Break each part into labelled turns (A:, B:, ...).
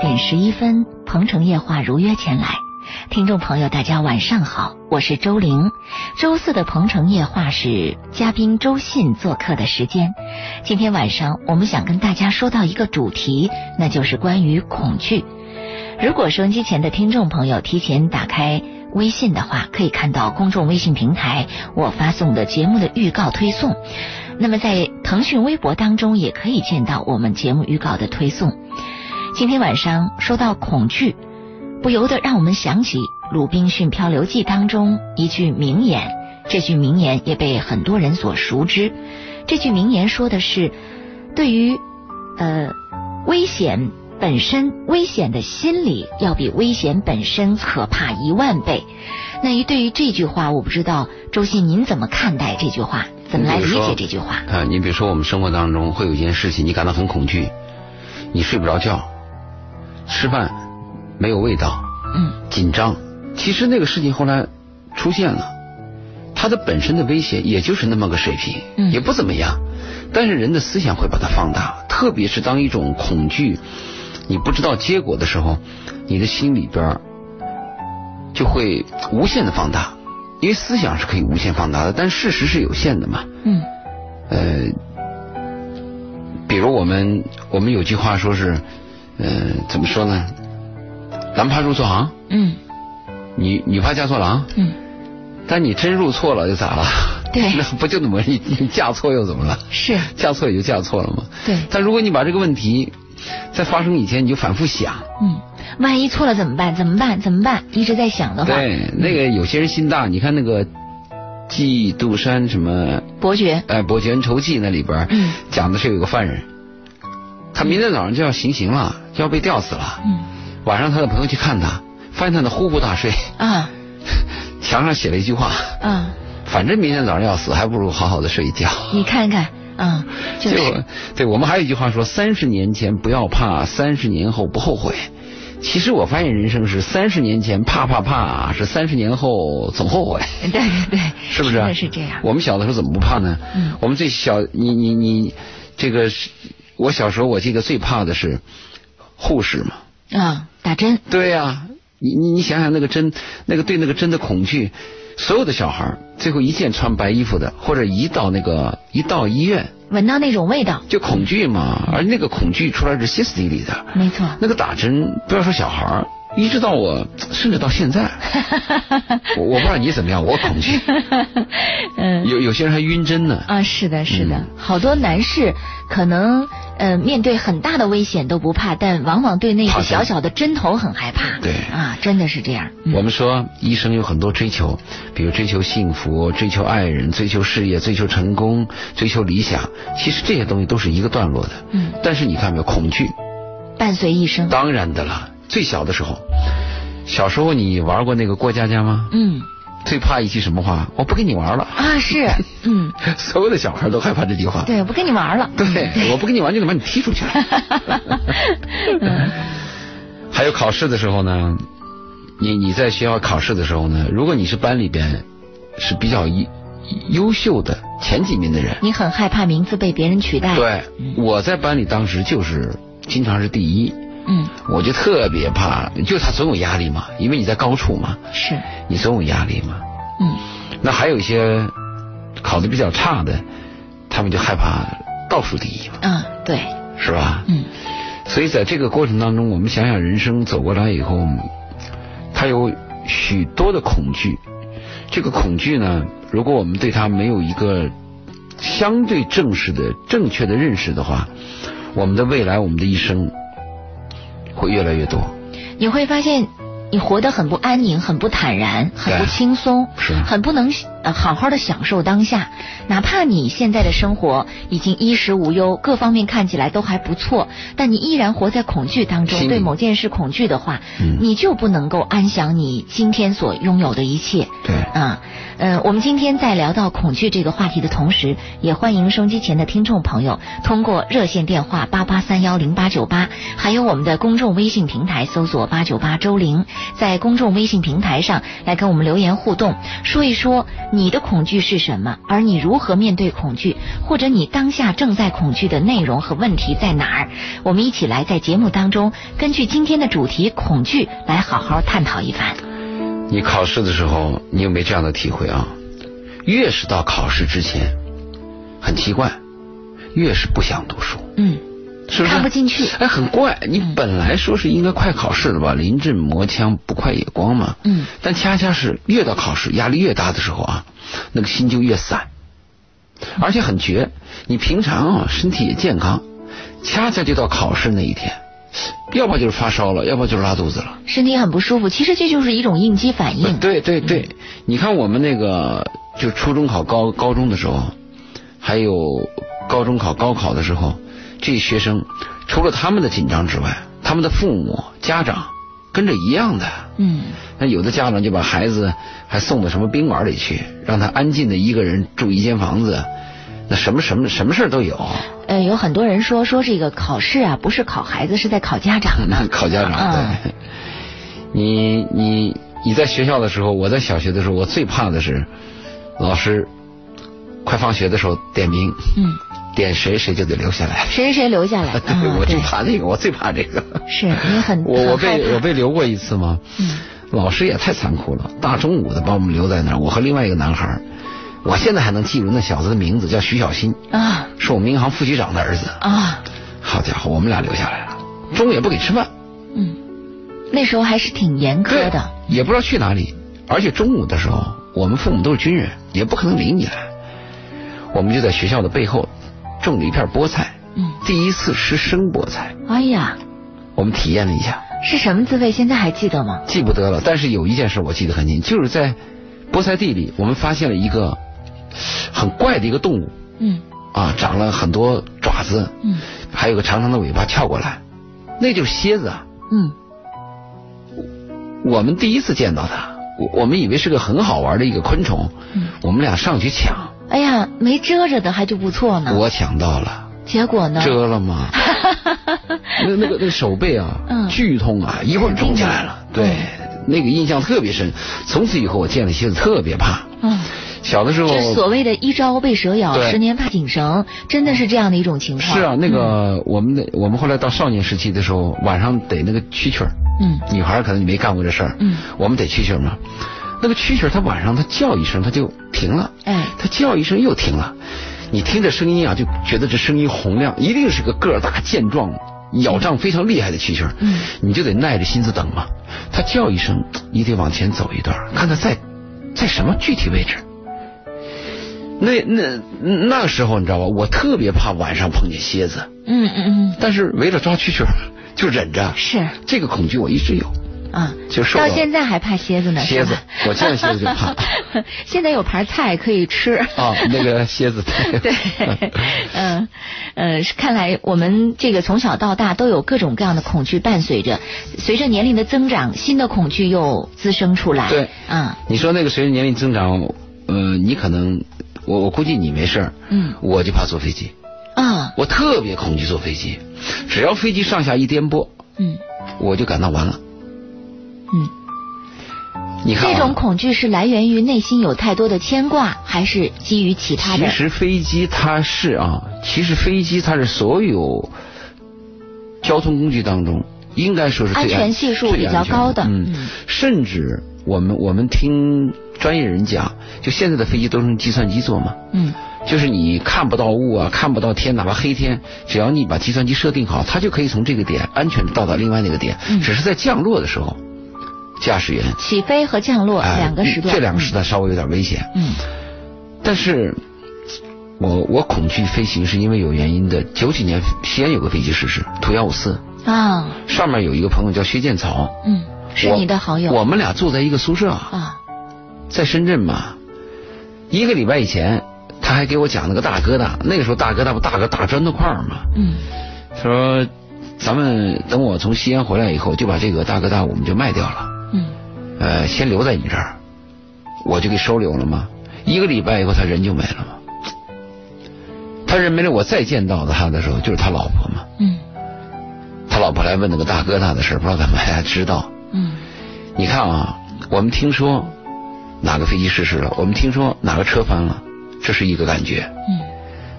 A: 点十一分，鹏城夜话如约前来。听众朋友，大家晚上好，我是周玲。周四的鹏城夜话是嘉宾周信做客的时间。今天晚上我们想跟大家说到一个主题，那就是关于恐惧。如果收音机前的听众朋友提前打开微信的话，可以看到公众微信平台我发送的节目的预告推送。那么在腾讯微博当中也可以见到我们节目预告的推送。今天晚上说到恐惧，不由得让我们想起鲁滨逊漂流记当中一句名言，这句名言也被很多人所熟知。这句名言说的是，对于呃危险本身，危险的心理要比危险本身可怕一万倍。那于对于这句话，我不知道周信您怎么看待这句话，怎么来理解这句话？
B: 啊，你比如说我们生活当中会有一件事情，你感到很恐惧，你睡不着觉，吃饭没有味道，
A: 嗯
B: 紧张。其实那个事情后来出现了，它的本身的威胁也就是那么个水平，
A: 嗯
B: 也不怎么样。但是人的思想会把它放大，特别是当一种恐惧你不知道结果的时候，你的心里边儿就会无限的放大，因为思想是可以无限放大的，但事实是有限的嘛。
A: 嗯
B: 呃，比如我们我们有句话说是，呃，怎么说呢？男怕入错行，
A: 嗯
B: 女女怕嫁错郎。
A: 嗯，
B: 但你真入错了又咋了？
A: 对
B: 那不就那么你你嫁错又怎么了？
A: 是
B: 嫁错也就嫁错了嘛。
A: 对
B: 但如果你把这个问题在发生以前你就反复想，
A: 嗯，万一错了怎么办？怎么办？怎么办？一直在想的话，
B: 对，那个有些人心大，你看那个嫉妒山什么
A: 伯爵，
B: 哎，《伯爵恩仇记》那里边儿
A: 嗯
B: 讲的是有个犯人，他明天早上就要行刑了，就要被吊死了。
A: 嗯
B: 晚上他的朋友去看他，发现他的呼呼大睡，
A: 啊
B: 墙上写了一句话：
A: 啊，
B: 反正明天早上要死，还不如好好的睡一觉。
A: 你看看，啊，就
B: 结
A: 是
B: 果，对我们还有一句话说：三十年前不要怕，三十年后不后悔。其实我发现人生是三十年前怕怕怕，是三十年后总后悔。
A: 对对对，
B: 是不是？啊
A: 真的是这样，
B: 我们小的时候怎么不怕呢？
A: 嗯
B: 我们最小，你你你，这个是，我小时候我记得最怕的是护士嘛。
A: 啊，打针，
B: 对呀、你你你想想那个针，那个对那个针的恐惧，所有的小孩儿最后一见穿白衣服的，或者一到那个一到医院
A: 闻到那种味道，
B: 就恐惧嘛，而那个恐惧出来是歇斯底里的。
A: 没错，
B: 那个打针，不要说小孩儿，一直到我，甚至到 现在，我我不知道你怎么样，我恐惧，
A: 嗯。
B: 有有些人还晕针呢。
A: 啊，是的，是的，
B: 嗯
A: 好多男士可能呃面对很大的危险都不怕，但往往对那
B: 怕
A: 个
B: 针
A: 小小的针头很害怕。
B: 对
A: 啊，真的是这样。嗯
B: 我们说，医生有很多追求，比如追求幸福、追求爱人、追求事业、追求成功、追求理想。其实这些东西都是一个段落的。
A: 嗯，
B: 但是你看没有，恐惧，
A: 伴随一生。
B: 当然的了。最小的时候，小时候你玩过那个过家家吗？
A: 嗯
B: 最怕一句什么话？我不跟你玩了。
A: 啊，是嗯，
B: 所有的小孩都害怕这句话。
A: 对，不跟你玩了。
B: 对，我不跟你玩就得把你踢出去了。 还有考试的时候呢，你你在学校考试的时候呢，如果你是班里边是比较优优秀的前几名的人，
A: 你很害怕名字被别人取代。，
B: 对，我在班里当时就是经常是第一，
A: 嗯，
B: 我就特别怕，就他总有压力嘛，因为你在高处嘛，
A: 是，
B: 你总有压力嘛。
A: 嗯
B: 那还有一些考的比较差的，他们就害怕倒数第一嘛，
A: 啊，对，
B: 是吧？
A: 嗯
B: 所以在这个过程当中，我们想想人生走过来以后，它有许多的恐惧。这个恐惧呢，如果我们对它没有一个相对正式的、正确的认识的话，我们的未来、我们的一生会越来越多。
A: 你会发现你活得很不安宁，很不坦然，很不
B: 对
A: 轻松，
B: 是
A: 很不能呃好好的享受当下。哪怕你现在的生活已经衣食无忧，各方面看起来都还不错，但你依然活在恐惧当中，
B: 心里
A: 对某件事恐惧的话，
B: 嗯
A: 你就不能够安享你今天所拥有的一切。
B: 对，
A: 啊，呃，我们今天在聊到恐惧这个话题的同时，也欢迎收音机前的听众朋友通过热线电话八八三幺零八九八，还有我们的公众微信平台搜索八九八周玲，在公众微信平台上来跟我们留言互动，说一说你的恐惧是什么，而你如何面对恐惧，或者你当下正在恐惧的内容和问题在哪儿？我们一起来在节目当中，根据今天的主题恐惧来好好探讨一番。
B: 你考试的时候，你有没有这样的体会啊？越是到考试之前，很奇怪，越是不想读书，
A: 嗯，
B: 是不是？
A: 看不进去
B: 哎，很怪，你
A: 嗯
B: 本来说是应该快考试了吧？临阵磨枪，不快也光嘛。
A: 嗯。
B: 但恰恰是越到考试压力越大的时候啊，那个心就越散，而且很绝。你平常啊身体也健康，恰恰就到考试那一天，要不就是发烧了，要不就是拉肚子了。
A: 身体很不舒服，其实这就是一种应激反应。
B: 对对对，你看我们那个就初中考高高中的时候，还有高中考高考的时候，这些学生除了他们的紧张之外，他们的父母家长跟着一样的。
A: 嗯，
B: 那有的家长就把孩子还送到什么宾馆里去，让他安静的一个人住一间房子，那什么什么什么事儿都有。
A: 呃，有很多人说说这个考试啊，不是考孩子，是在考家长。
B: 那考家长
A: 嗯
B: 对， 你你你在学校的时候，我在小学的时候，我最怕的是老师快放学的时候点名，
A: 嗯，
B: 点谁谁就得留下来。
A: 谁谁谁留下来？
B: 啊对
A: 嗯，
B: 我就
A: 对，
B: 怕这个，我最怕这个。
A: 是你很
B: 我我
A: 很害
B: 被
A: 怕
B: 我被留过一次吗？
A: 嗯
B: 老师也太残酷了，大中午的把我们留在那儿。我和另外一个男孩儿，我现在还能记住那小子的名字，叫徐小新，
A: 啊
B: 是我们银行副局长的儿子。
A: 啊
B: 好家伙，我们俩留下来了，中午也不给吃饭。
A: 嗯，那时候还是挺严苛
B: 对
A: 的。
B: 也不知道去哪里。而且中午的时候，我们父母都是军人，也不可能理你来。我们就在学校的背后种了一片菠菜，
A: 嗯，
B: 第一次吃生菠菜，
A: 哎呀，
B: 我们体验了一下，
A: 是什么滋味？现在还记得吗？
B: 记不得了。但是有一件事我记得很清，就是在菠菜地里，我们发现了一个很怪的一个动物
A: 嗯
B: 啊，长了很多爪子，
A: 嗯
B: 还有个长长的尾巴翘过来，那就是蝎子啊。
A: 嗯
B: 我们第一次见到它，我我们以为是个很好玩的一个昆虫，
A: 嗯，
B: 我们俩上去抢，
A: 哎呀，没遮着的还就不错呢。
B: 我抢到了，
A: 结果呢？
B: 遮 了吗？那那个那个手背啊，
A: 嗯
B: 剧痛啊，一会儿肿起来了。
A: 肯定的
B: 对，那个印象特别深。从此以后，我见了蝎子特别怕。
A: 嗯。
B: 小的时候，
A: 这所谓的“一朝被蛇咬，
B: 对
A: 十年怕井绳”，真的是这样的一种情况。
B: 是啊，那
A: 嗯
B: 个我们的我们后来到少年时期的时候，晚上逮那个蛐蛐儿，
A: 嗯，
B: 女孩儿可能没干过这事儿，
A: 嗯，
B: 我们逮蛐蛐儿嘛，那个蛐蛐儿它晚上它叫一声，它就停了。
A: 哎，
B: 它叫一声又停了，你听这声音啊，就觉得这声音洪亮，一定是个个儿大健壮、咬仗非常厉害的蛐蛐儿。
A: 嗯
B: 你就得耐着心思等嘛。它叫一声，你得往前走一段，看它在在什么具体位置。那那那个时候你知道吧？我特别怕晚上碰见蝎子，
A: 嗯嗯嗯，
B: 但是为了抓蛐蛐儿就忍着，
A: 是
B: 这个恐惧我一直有。
A: 啊，
B: 就受
A: 到
B: 到
A: 现在还怕蝎子呢？
B: 蝎子
A: 是吧
B: 我见了蝎子就怕。
A: 现在有盘菜可以吃。
B: 啊，那个蝎子
A: 对，嗯，呃，是看来我们这个从小到大都有各种各样的恐惧伴随着，随着年龄的增长，新的恐惧又滋生出来。
B: 对
A: 嗯
B: 你说那个随着年龄增长，呃，你可能，我我估计你没事儿，
A: 嗯
B: 我就怕坐飞机，
A: 啊，
B: 我特别恐惧坐飞机，只要飞机上下一颠簸，
A: 嗯
B: 我就感到完了。
A: 嗯，
B: 你看、啊，
A: 这种恐惧是来源于内心有太多的牵挂，还是基于其他的
B: 其？实飞机它是啊，其实飞机它是所有交通工具当中，应该说是最
A: 安全系数
B: 最
A: 比较
B: 安全
A: 高的
B: 嗯，
A: 嗯
B: 甚至我们我们听专业人讲，就现在的飞机都是用计算机做嘛，
A: 嗯
B: 就是你看不到雾啊，看不到天，哪怕黑天，只要你把计算机设定好，它就可以从这个点安全的到达另外那个点。
A: 嗯
B: 只是在降落的时候，驾驶员
A: 起飞和降落
B: 哎
A: 两个时段，
B: 这两个时段稍微有点危险。
A: 嗯，
B: 但是，我我恐惧飞行是因为有原因的。九几年西安有个飞机失事，图幺五四，
A: 嗯啊，
B: 上面有一个朋友叫薛建曹，
A: 嗯，是
B: 我
A: 你的好友
B: 我们俩住在一个宿舍啊，
A: 啊，
B: 在深圳嘛，一个礼拜以前。他还给我讲那个大哥大，那个时候大哥大不大个大砖头块儿嘛，
A: 嗯
B: 他说：“咱们等我从西安回来以后，就把这个大哥大我们就卖掉了，
A: 嗯
B: 呃，先留在你这儿，我就给收留了嘛。一个礼拜以后，他人就没了嘛。他人没了，我再见到他的时候，就是他老婆嘛。
A: 嗯
B: 他老婆来问那个大哥大的事儿，不知道他们还知道。
A: 嗯
B: 你看啊，我们听说哪个飞机失事了，我们听说哪个车翻了，这是一个感觉。
A: 嗯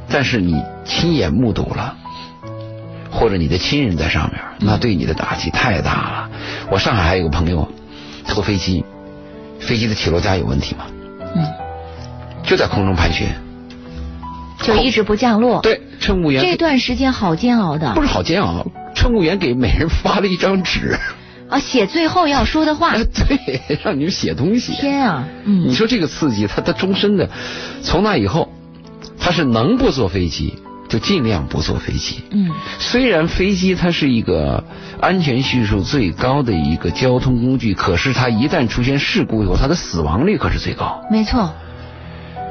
B: 但是你亲眼目睹了，或者你的亲人在上面，那对你的打击太大了。我上海还有个朋友，坐飞机，飞机的起落架有问题嘛，
A: 嗯，
B: 就在空中盘旋。
A: 就一直不降落。，
B: 对，乘务员
A: 这段啊时间好煎熬的
B: 不是好煎熬，乘务员给每人发了一张纸，哎
A: 啊！写最后要说的话，
B: 对，让你们写东西。
A: 啊天啊，嗯
B: 你说这个刺激，他他终身的，从那以后，他是能不坐飞机就尽量不坐飞机。
A: 嗯
B: 虽然飞机它是一个安全系数最高的一个交通工具，可是它一旦出现事故以后，它的死亡率可是最高，
A: 没错，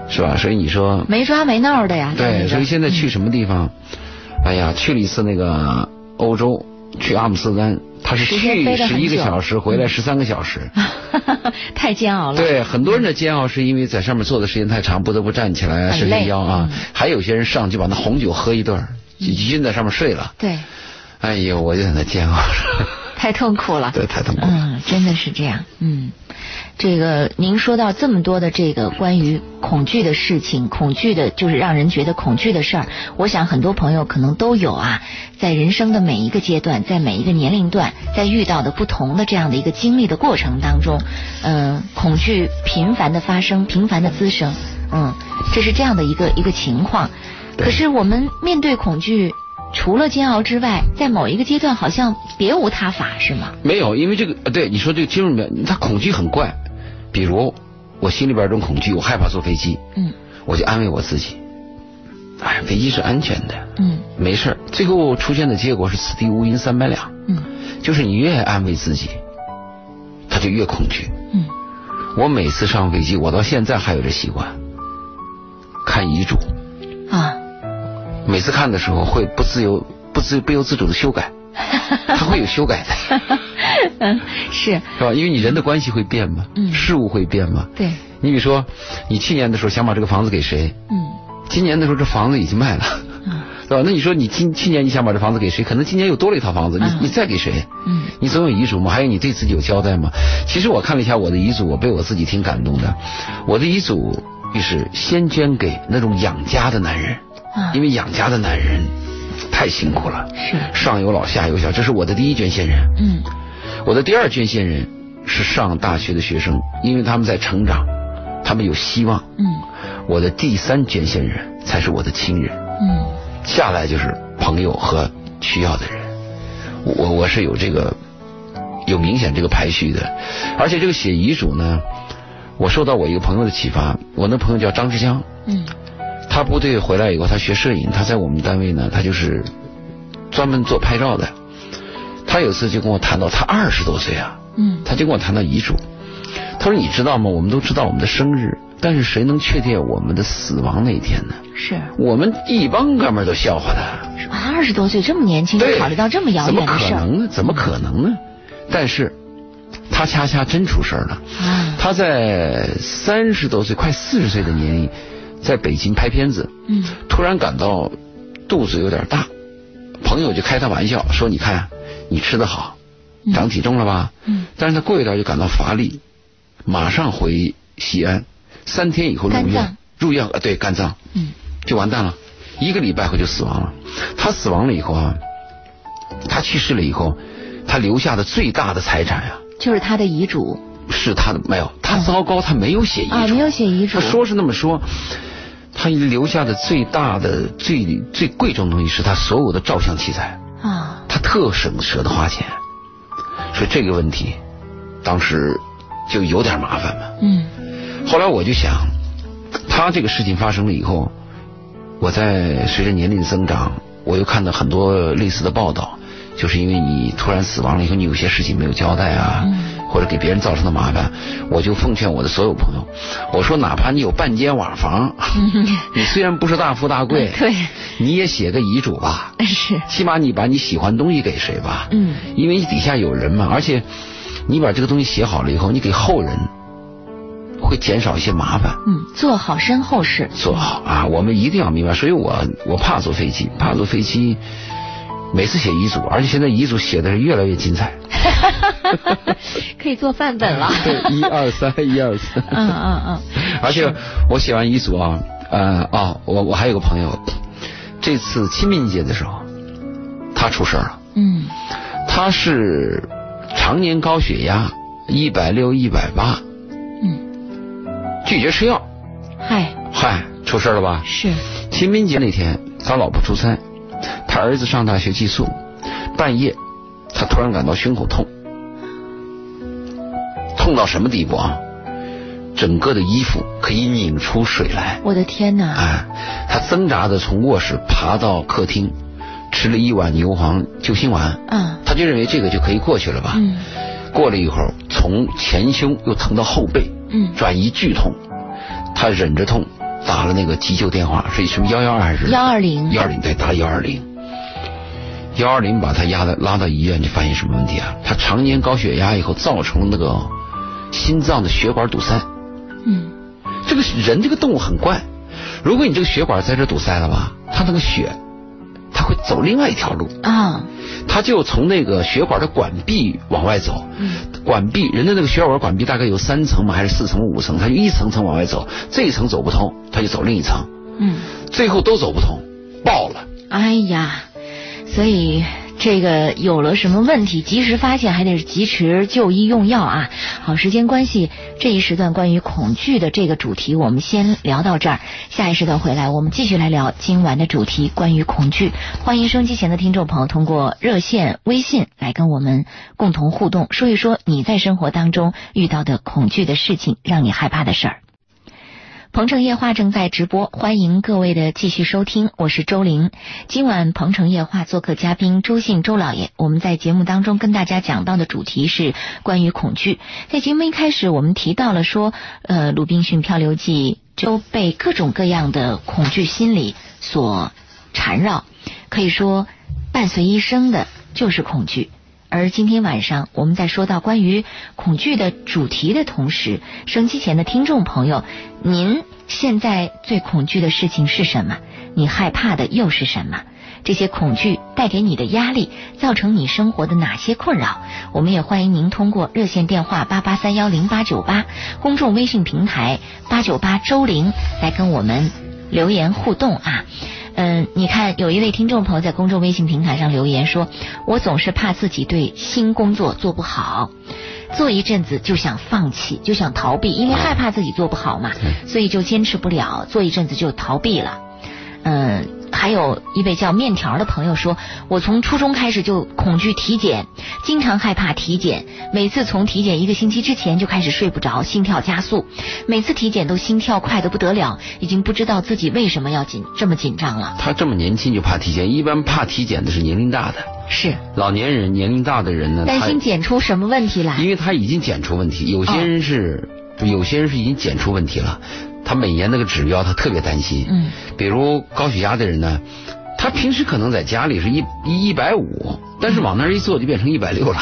B: 是吧？所以你说，
A: 没抓没闹的呀。在
B: 对，
A: 那
B: 所以
A: 个
B: 现在去什么地方？哎呀，去了一次那个欧洲，去阿姆斯特丹，它是
A: 时间飞
B: 去
A: 得很
B: 十一个
A: 久
B: 小时，回来十三个小时。
A: 太煎熬了。
B: 对，很多人的煎熬是因为在上面坐的时间太长，不得不站起来啊，
A: 很
B: 伸伸
A: 累
B: 腰啊
A: 嗯。
B: 还有些人上去把那红酒喝一顿儿，就就晕在上面睡了。
A: 对，
B: 哎呦，我就在那煎熬。
A: 太痛苦了。
B: 对，太痛苦了。
A: 嗯，真的是这样。嗯，这个您说到这么多的这个关于恐惧的事情，恐惧的就是让人觉得恐惧的事儿，我想很多朋友可能都有啊，在人生的每一个阶段，在每一个年龄段，在遇到的不同的这样的一个经历的过程当中，嗯，恐惧频繁的发生，频繁的滋生，嗯，这是这样的一个一个情况。
B: 对
A: 可是我们面对恐惧。除了煎熬之外，在某一个阶段好像别无他法，是吗？
B: 没有，因为这个，呃对你说这个肌肉表，他恐惧很怪。比如我心里边有种恐惧，我害怕坐飞机，
A: 嗯
B: 我就安慰我自己，哎，飞机是安全的，
A: 嗯
B: 没事儿。最后出现的结果是此地无银三百两，
A: 嗯
B: 就是你越安慰自己，他就越恐惧。
A: 嗯
B: 我每次上飞机，我到现在还有这习惯，看遗嘱，
A: 啊，
B: 每次看的时候会不自由、不自不由自主的修 改，它会有修改的。
A: 嗯是，
B: 是吧？因为你人的关系会变嘛，
A: 嗯
B: 事物会变嘛。
A: 对，
B: 你比如说，你去年的时候想把这个房子给谁，
A: 嗯
B: 今年的时候这房子已经卖了，
A: 啊
B: 对吧？那你说你今去年你想把这房子给谁，可能今年又多了一套房子，
A: 嗯
B: 你你再给谁？
A: 嗯
B: 你总有遗嘱嘛，还有你对自己有交代嘛。其实我看了一下我的遗嘱，我被我自己挺感动的。我的遗嘱就是先捐给那种养家的男人，
A: 啊
B: 因为养家的男人太辛苦了，
A: 是，
B: 上有老下有小，这是我的第一捐献人。
A: 嗯
B: 我的第二捐献人是上大学的学生，因为他们在成长，他们有希望。
A: 嗯
B: 我的第三捐献人才是我的亲人，
A: 嗯
B: 下来就是朋友和需要的人。我我是有这个有明显这个排序的，而且这个写遗嘱呢，我受到我一个朋友的启发，我那朋友叫张志江，
A: 嗯
B: 他部队回来以后，他学摄影，他在我们单位呢，他就是专门做拍照的。他有一次就跟我谈到，他二十多岁啊，
A: 嗯
B: 他就跟我谈到遗嘱，他说：“你知道吗？我们都知道我们的生日，但是谁能确定我们的死亡那一天呢？
A: 是，
B: 我们一帮哥们儿都笑话他，
A: 二十多岁这么年轻就
B: 对，
A: 考虑到这么遥
B: 怎么
A: 远的
B: 可
A: 事儿
B: 能呢？怎么可能呢？但是，他恰恰真出事儿了。
A: 啊，
B: 他在三十多岁，快四十岁的年龄，在北京拍片子，
A: 嗯
B: 突然感到肚子有点大，朋友就开他玩笑说：‘你看，你吃得好，
A: 嗯
B: 长体重了吧？’
A: 嗯，
B: 但是他过一段就感到乏力，马上回西安，三天以后入
A: 肝
B: 院
A: 脏，
B: 入院啊，对，肝脏
A: 嗯
B: 就完蛋了，一个礼拜后就死亡了。他死亡了以后啊，他去世了以后，他留下的最大的财产呀、
A: 就是他的遗嘱
B: 是他的没有，他糟糕，他没有写遗嘱，
A: 哦啊，没有写遗嘱
B: 他，说是那么说，他留下的最大的、最最贵重的东西是他所有的照相器材。
A: 啊，
B: 他特省舍得花钱，所以这个问题当时就有点麻烦嘛。
A: 嗯
B: 后来我就想，他这个事情发生了以后，我在随着年龄增长，我又看到很多类似的报道，就是因为你突然死亡了以后，你有些事情没有交代啊，
A: 嗯
B: 或者给别人造成的麻烦，我就奉劝我的所有朋友，我说哪怕你有半间瓦房，
A: 嗯，
B: 你虽然不是大富大贵，
A: 对，
B: 你也写个遗嘱吧。
A: 是，
B: 起码你把你喜欢东西给谁吧，
A: 嗯
B: 因为底下有人嘛，而且你把这个东西写好了以后，你给后人会减少一些麻烦。
A: 嗯，做好身后事，
B: 做好啊，我们一定要明白，所以我我怕坐飞机，怕坐飞机，每次写遗嘱，而且现在遗嘱写的是越来越精彩。
A: 可以做范本了。
B: 对，一二三，一二三。
A: 嗯嗯嗯。
B: 而且我写完遗嘱啊，呃啊，我我还有个朋友，这次清明节的时候，他出事儿了。
A: 嗯
B: 他是常年高血压，一百六、一百八，
A: 嗯，
B: 拒绝吃药，
A: 嗨，
B: 嗨，出事儿了吧？
A: 是，
B: 清明节那天，他老婆出差，他儿子上大学寄宿，半夜他突然感到胸口痛，痛到什么地步啊？整个的衣服可以拧出水来，
A: 我的天哪！
B: 哎，他挣扎着从卧室爬到客厅，吃了一碗牛黄救心丸，
A: 啊，
B: 他就认为这个就可以过去了吧。
A: 嗯
B: 过了一会儿，从前胸又疼到后背，
A: 嗯，
B: 转移剧痛，他忍着痛打了那个急救电话，是什么幺幺二还是
A: 幺二零，
B: 幺二零？对，打幺二零。幺二零把他压到拉到医院，就发现什么问题啊？他常年高血压以后造成那个心脏的血管堵塞。
A: 嗯
B: 这个人这个动物很怪，如果你这个血管在这堵塞了吧，他那个血他会走另外一条路，
A: 啊，
B: 他就从那个血管的管壁往外走。
A: 嗯
B: 管壁，人的那个血管管壁大概有三层嘛，还是四层、五层，它就一层层往外走，这一层走不通，它就走另一层，
A: 嗯，
B: 最后都走不通，爆了。
A: 哎呀，所以。这个有了什么问题，及时发现，还得是及时就医用药啊！好，时间关系，这一时段关于恐惧的这个主题，我们先聊到这儿。下一时段回来，我们继续来聊今晚的主题，关于恐惧。欢迎收机前的听众朋友通过热线、微信来跟我们共同互动，说一说你在生活当中遇到的恐惧的事情，让你害怕的事儿。鹏城夜话正在直播，欢迎各位的继续收听，我是周玲。今晚鹏城夜话做客嘉宾周信周老爷，我们在节目当中跟大家讲到的主题是关于恐惧。在节目一开始，我们提到了说，呃，鲁滨逊漂流记就被各种各样的恐惧心理所缠绕，可以说伴随一生的就是恐惧。而今天晚上，我们在说到关于恐惧的主题的同时，升机前的听众朋友，您现在最恐惧的事情是什么？你害怕的又是什么？这些恐惧带给你的压力，造成你生活的哪些困扰？我们也欢迎您通过热线电话八八三幺零八九八，公众微信平台八九八周玲来跟我们留言互动啊。嗯，你看，有一位听众朋友在公众微信平台上留言说：“我总是怕自己对新工作做不好，做一阵子就想放弃，就想逃避，因为害怕自己做不好嘛，所以就坚持不了，做一阵子就逃避了。”嗯，还有一位叫面条的朋友说，我从初中开始就恐惧体检，经常害怕体检，每次从体检一个星期之前就开始睡不着，心跳加速，每次体检都心跳快得不得了，已经不知道自己为什么要紧这么紧张了。
B: 他这么年轻就怕体检，一般怕体检的是年龄大的，
A: 是
B: 老年人年龄大的人呢，
A: 担
B: 他
A: 心检出什么问题来？
B: 因为他已经检出问题，有些人是、
A: 哦
B: 有些人是已经检出问题了，他每年那个指标他特别担心。
A: 嗯
B: 比如高血压的人呢，他平时可能在家里是一一一百五，但是往那儿一坐就变成一百六了，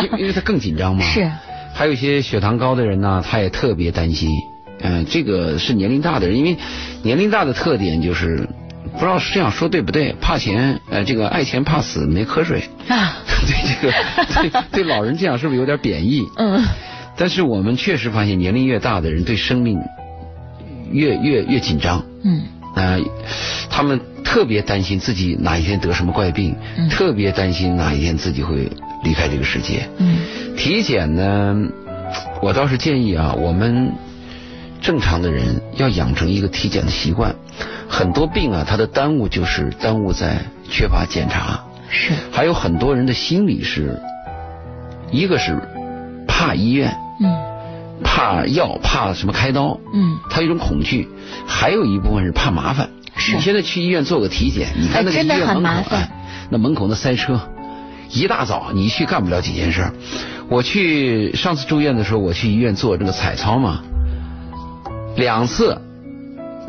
B: 因为因为他更紧张嘛。
A: 是。
B: 还有一些血糖高的人呢，他也特别担心。嗯、这个是年龄大的人，因为年龄大的特点就是，不知道是这样说对不对，怕钱，呃，这个爱钱怕死没瞌睡。
A: 啊，
B: 对这个，对对老人这样是不是有点贬义？
A: 嗯
B: 但是我们确实发现，年龄越大的人对生命越越越紧张。
A: 嗯
B: 呃，他们特别担心自己哪一天得什么怪病，
A: 嗯
B: 特别担心哪一天自己会离开这个世界。
A: 嗯
B: 体检呢，我倒是建议啊，我们正常的人要养成一个体检的习惯。很多病啊，它的耽误就是耽误在缺乏检查，
A: 是
B: 还有很多人的心理是，一个是怕医院，
A: 嗯
B: 怕药，怕什么开刀，
A: 嗯，
B: 他有一种恐惧，还有一部分是怕麻烦。
A: 是
B: 你现在去医院做个体检，你看那个
A: 哎真
B: 医
A: 的
B: 院门
A: 很
B: 口，
A: 麻烦
B: 哎那门口那塞车，一大早你一去干不了几件事儿。我去上次住院的时候，我去医院做这个彩超嘛，两次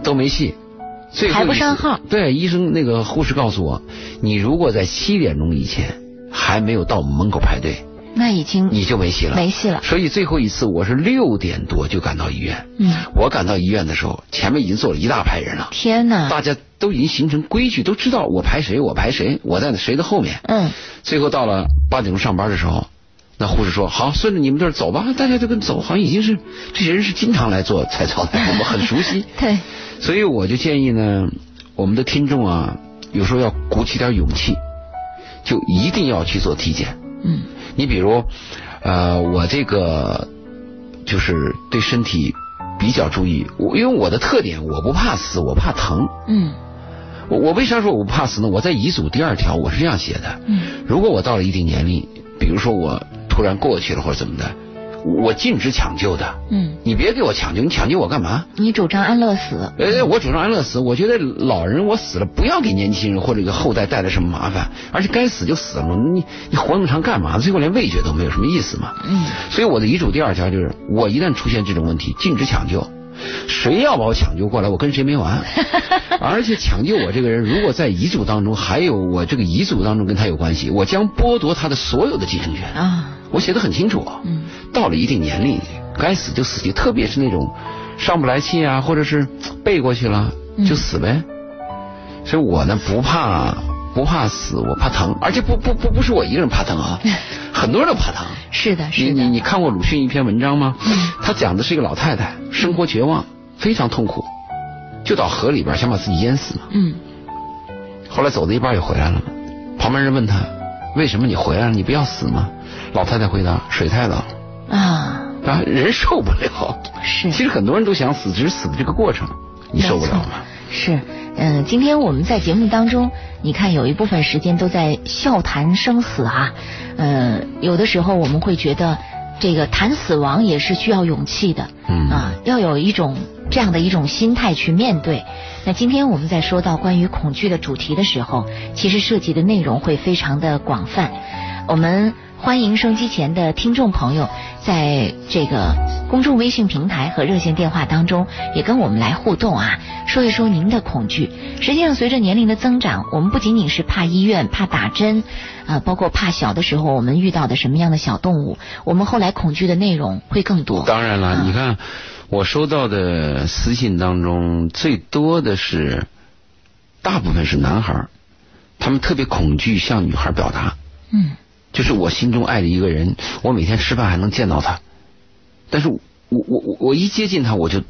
B: 都没戏，最后一
A: 排
B: 次
A: 不上号。
B: 对，医生那个护士告诉我，你如果在七点钟以前还没有到我们门口排队，
A: 那已经
B: 你就没戏了。
A: 没戏了。
B: 所以最后一次我是六点多就赶到医院。
A: 嗯，
B: 我赶到医院的时候，前面已经坐了一大排人了，
A: 天哪！
B: 大家都已经形成规矩，都知道我排谁，我排谁，我在谁的后面。
A: 嗯，
B: 最后到了八点钟上班的时候，那护士说：“好，顺着你们这儿走吧。”大家就跟走，好像已经是这些人是经常来做彩超的，我们很熟悉。
A: 对，
B: 所以我就建议呢，我们的听众啊，有时候要鼓起点勇气，就一定要去做体检。
A: 嗯
B: 你比如，呃，我这个就是对身体比较注意，我因为我的特点，我不怕死，我怕疼。
A: 嗯
B: 我我为啥说我不怕死呢？我在遗嘱第二条我是这样写的：
A: 嗯
B: 如果我到了一定年龄，比如说我突然过去了或者怎么的，我禁止抢救的。
A: 嗯，
B: 你别给我抢救，你抢救我干嘛？
A: 你主张安乐死？
B: 呃，我主张安乐死，我觉得老人我死了不要给年轻人或者给后代带来什么麻烦，而且该死就死了，你你活那么长干嘛？最后连味觉都没有，什么意思嘛？
A: 嗯
B: 所以我的遗嘱第二条就是，我一旦出现这种问题，禁止抢救，谁要把我抢救过来，我跟谁没完。而且抢救我这个人，如果在遗嘱当中还有我这个遗嘱当中跟他有关系，我将剥夺他的所有的继承权。
A: 啊
B: 我写的很清楚。
A: 嗯
B: 到了一定年龄，该死就死去，特别是那种上不来气啊，或者是背过去了
A: 嗯
B: 就死呗。所以我呢不怕不怕死，我怕疼，而且不不不不是我一个人怕疼啊，很多人都怕疼。
A: 是的，嗯
B: 你
A: 是
B: 你
A: 的，
B: 你看过鲁迅一篇文章吗？他讲的是一个老太太生活绝望，非常痛苦，就到河里边想把自己淹死嘛。
A: 嗯
B: 后来走到一半又回来了，旁边人问他为什么你回来了？你不要死吗？老太太回答：水太冷了。
A: 啊
B: 啊，人受不了。
A: 是
B: 其。实很多人都想死，只是死的这个过程，你受不了
A: 没错
B: 吗？
A: 是，嗯，今天我们在节目当中，你看有一部分时间都在笑谈生死啊，呃，有的时候我们会觉得这个谈死亡也是需要勇气的，
B: 嗯
A: 啊，要有一种这样的一种心态去面对。那今天我们在说到关于恐惧的主题的时候，其实涉及的内容会非常的广泛。我们欢迎收机前的听众朋友，在这个公众微信平台和热线电话当中，也跟我们来互动啊，说一说您的恐惧。实际上，随着年龄的增长，我们不仅仅是怕医院、怕打针，啊、包括怕小的时候我们遇到的什么样的小动物，我们后来恐惧的内容会更多。
B: 当然了，你看我收到的私信当中，最多的是，大部分是男孩儿，他们特别恐惧向女孩表达，
A: 嗯
B: 就是我心中爱着一个人，我每天吃饭还能见到他，但是我我我我一接近他我就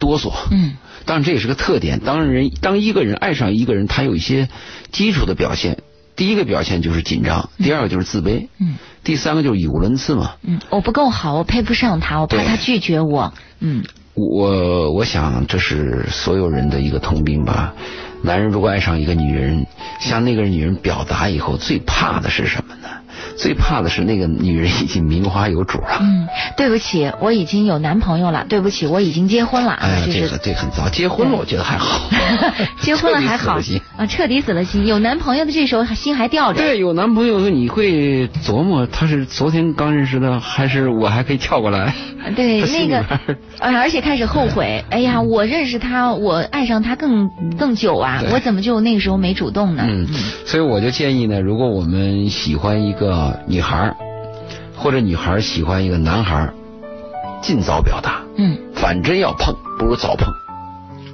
B: 哆嗦，
A: 嗯
B: 当然这也是个特点。当人当一个人爱上一个人，他有一些基础的表现。第一个表现就是紧张，第二个就是自卑，
A: 嗯
B: 第三个就是语无伦次嘛。
A: 嗯，我不够好，我配不上他，我怕
B: 对
A: 他拒绝我。嗯
B: 我我想这是所有人的一个通病吧。男人如果爱上一个女人，向那个女人表达以后，最怕的是什么呢？最怕的是那个女人已经名花有主了。
A: 嗯，对不起，我已经有男朋友了。对不起，我已经结婚了。
B: 哎呀，
A: 啊就
B: 这
A: 是。
B: 个这个很糟。结婚了，我觉得还好
A: 结婚了还好
B: 彻底死了心
A: 啊，彻底死了心。有男朋友的这时候心还吊着。
B: 对，有男朋友，你会琢磨他是昨天刚认识的，还是我还可以跳过来？
A: 对，啊
B: 他心
A: 那个
B: 里边儿，
A: 而而且开始后悔。哎呀，我认识他，我爱上他更更久啊，
B: 对
A: 我怎么就那个时候没主动呢？
B: 嗯，所以我就建议呢，如果我们喜欢一个女孩儿，或者女孩儿喜欢一个男孩儿，尽早表达，
A: 嗯
B: 反正要碰，不如早碰。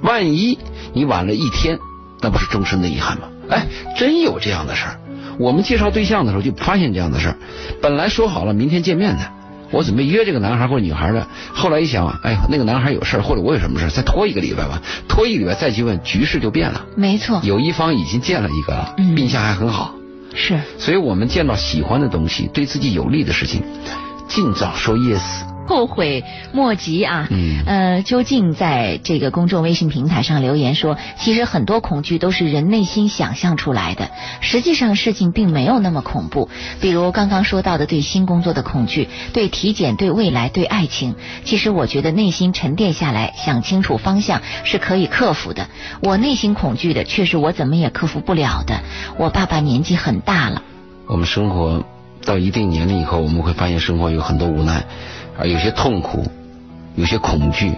B: 万一你晚了一天，那不是终身的遗憾吗？哎，真有这样的事儿。我们介绍对象的时候就发现这样的事儿，本来说好了明天见面的，我准备约这个男孩或者女孩的，后来一想，哎呦，那个男孩有事儿，或者我有什么事儿，再拖一个礼拜吧，拖一个礼拜再去问，局势就变了。
A: 没错，
B: 有一方已经见了一个了
A: 嗯，
B: 并且还很好，
A: 是
B: 所以我们见到喜欢的东西，对自己有利的事情，尽早说 yes。
A: 后悔莫及啊。
B: 嗯
A: 呃，究竟在这个公众微信平台上留言说，其实很多恐惧都是人内心想象出来的，实际上事情并没有那么恐怖。比如刚刚说到的对新工作的恐惧，对体检、对未来、对爱情，其实我觉得内心沉淀下来，想清楚方向是可以克服的。我内心恐惧的，却是我怎么也克服不了的。我爸爸年纪很大了，
B: 我们生活到一定年龄以后，我们会发现生活有很多无奈，啊，有些痛苦，有些恐惧，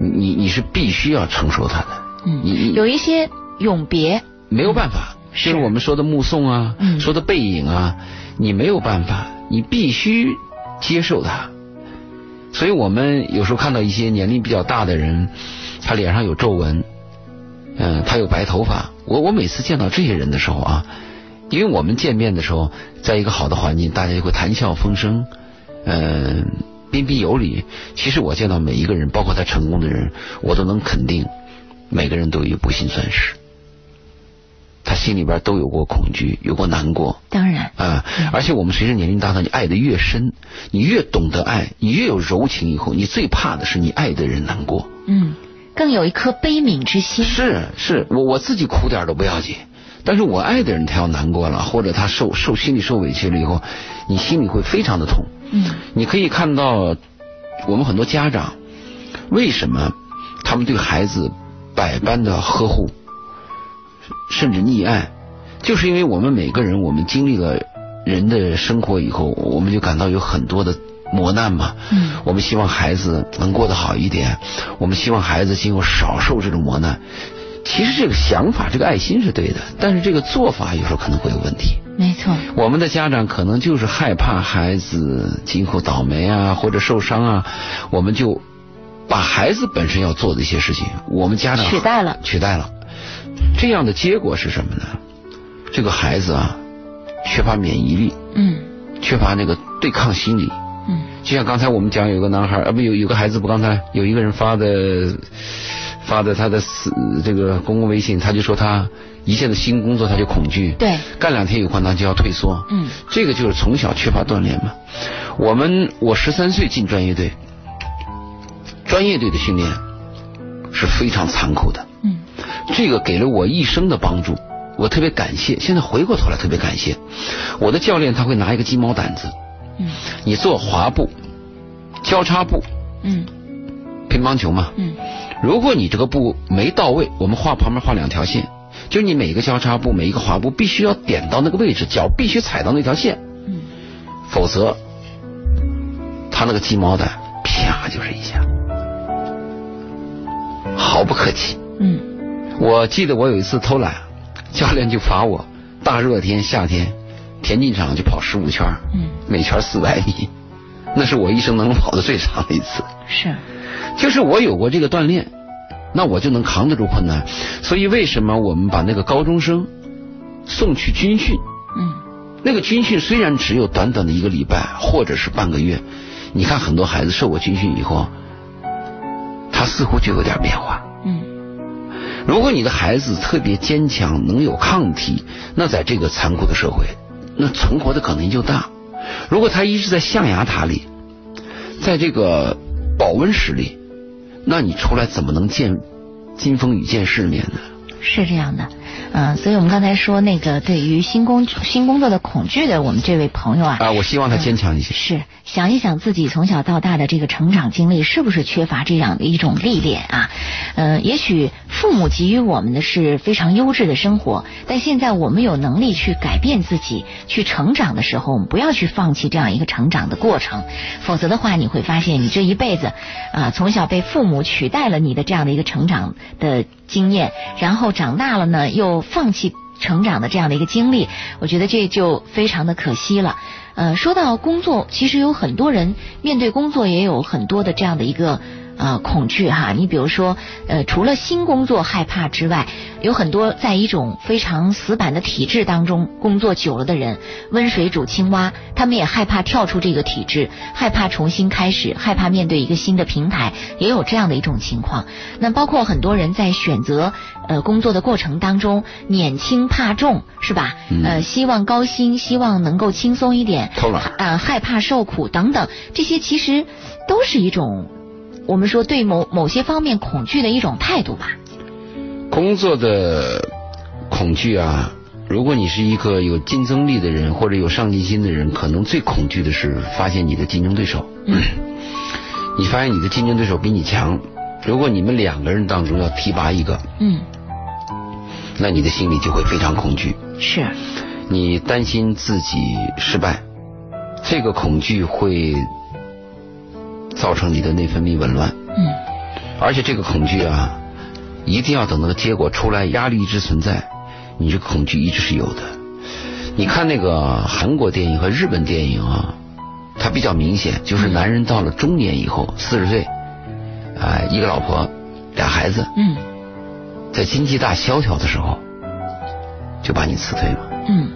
B: 你你你是必须要承受它的，你
A: 嗯，
B: 你
A: 有一些永别，
B: 没有办法，
A: 是
B: 就是我们说的目送啊，
A: 嗯
B: 说的背影啊，你没有办法，你必须接受它。所以我们有时候看到一些年龄比较大的人，他脸上有皱纹，嗯、他有白头发。我我每次见到这些人的时候啊，因为我们见面的时候，在一个好的环境，大家就会谈笑风生，嗯、彬彬有礼。其实我见到每一个人，包括他成功的人，我都能肯定，每个人都有一个不幸算是，他心里边都有过恐惧，有过难过，
A: 当然，
B: 啊，而且我们随着年龄大大，你爱的越深，你越懂得爱，你越有柔情。以后，你最怕的是你爱的人难过。
A: 嗯，更有一颗悲悯之心。
B: 是是，我我自己苦点儿都不要紧，但是我爱的人他要难过了，或者他受受心里受委屈了以后，你心里会非常的痛。
A: 嗯
B: 你可以看到，我们很多家长为什么他们对孩子百般的呵护，甚至溺爱，就是因为我们每个人，我们经历了人的生活以后，我们就感到有很多的磨难嘛。
A: 嗯
B: 我们希望孩子能过得好一点，我们希望孩子今后少受这种磨难。其实这个想法、这个爱心是对的，但是这个做法有时候可能会有问题。
A: 没错，
B: 我们的家长可能就是害怕孩子今后倒霉啊，或者受伤啊，我们就把孩子本身要做的一些事情，我们家长
A: 取代了
B: 取代了。这样的结果是什么呢？这个孩子啊，缺乏免疫力，
A: 嗯
B: 缺乏那个对抗心理。
A: 嗯
B: 就像刚才我们讲，有个男孩儿，啊，不有有个孩子，不刚才有一个人发的发的他的私这个公共微信，他就说他一切的新工作他就恐惧，
A: 对，
B: 干两天有困难就要退缩，
A: 嗯
B: 这个就是从小缺乏锻炼嘛。我们我十三岁进专业队，专业队的训练是非常残酷的，
A: 嗯
B: 这个给了我一生的帮助，我特别感谢。现在回过头来特别感谢我的教练，他会拿一个鸡毛掸子，
A: 嗯
B: 你做滑步、交叉步、
A: 嗯
B: 乒乓球嘛，
A: 嗯
B: 如果你这个步没到位，我们画旁边画两条线，就是你每一个交叉步、每一个滑步必须要点到那个位置，脚必须踩到那条线。
A: 嗯，
B: 否则，他那个鸡毛掸啪就是一下，毫不客气。
A: 嗯
B: 我记得我有一次偷懒，教练就罚我，大热天夏天，田径场就跑十五圈儿，
A: 嗯，
B: 每圈四百米，那是我一生能跑的最长的一次。
A: 是，
B: 就是我有过这个锻炼，那我就能扛得住困难。所以为什么我们把那个高中生送去军训？
A: 嗯
B: 那个军训虽然只有短短的一个礼拜或者是半个月，你看很多孩子受过军训以后，他似乎就有点变化。
A: 嗯
B: 如果你的孩子特别坚强，能有抗体，那在这个残酷的社会，那存活的可能就大。如果他一直在象牙塔里，在这个保温室里，那你出来怎么能见金风雨见世面呢？
A: 是这样的。嗯，所以我们刚才说那个对于新工新工作的恐惧的我们这位朋友啊，
B: 啊，我希望他坚强一些。
A: 是想一想自己从小到大的这个成长经历，是不是缺乏这样的一种历练啊？呃，也许父母给予我们的是非常优质的生活，但现在我们有能力去改变自己，去成长的时候，我们不要去放弃这样一个成长的过程，否则的话，你会发现你这一辈子啊、从小被父母取代了你的这样的一个成长的经验，然后长大了呢，又放弃成长的这样的一个经历，我觉得这就非常的可惜了。呃，说到工作，其实有很多人面对工作也有很多的这样的一个呃恐惧哈。你比如说，呃，除了新工作害怕之外，有很多在一种非常死板的体制当中工作久了的人，温水煮青蛙，他们也害怕跳出这个体制，害怕重新开始，害怕面对一个新的平台，也有这样的一种情况。那包括很多人在选择呃工作的过程当中，年轻怕重是吧？
B: 嗯
A: 呃，希望高薪，希望能够轻松一点，
B: 偷懒
A: 啊、害怕受苦等等，这些其实都是一种我们说对某某些方面恐惧的一种态度吧。
B: 工作的恐惧啊，如果你是一个有竞争力的人或者有上进心的人，可能最恐惧的是发现你的竞争对手。你发现你的竞争对手比你强，如果你们两个人当中要提拔一个，
A: 嗯，
B: 那你的心里就会非常恐惧，
A: 是，
B: 你担心自己失败，这个恐惧会造成你的内分泌紊乱，
A: 嗯
B: 而且这个恐惧啊，一定要等那个结果出来，压力一直存在，你这个恐惧一直是有的。你看那个韩国电影和日本电影啊，它比较明显，就是男人到了中年以后，四十岁，啊、一个老婆，俩孩子，
A: 嗯
B: 在经济大萧条的时候，就把你辞退了。
A: 嗯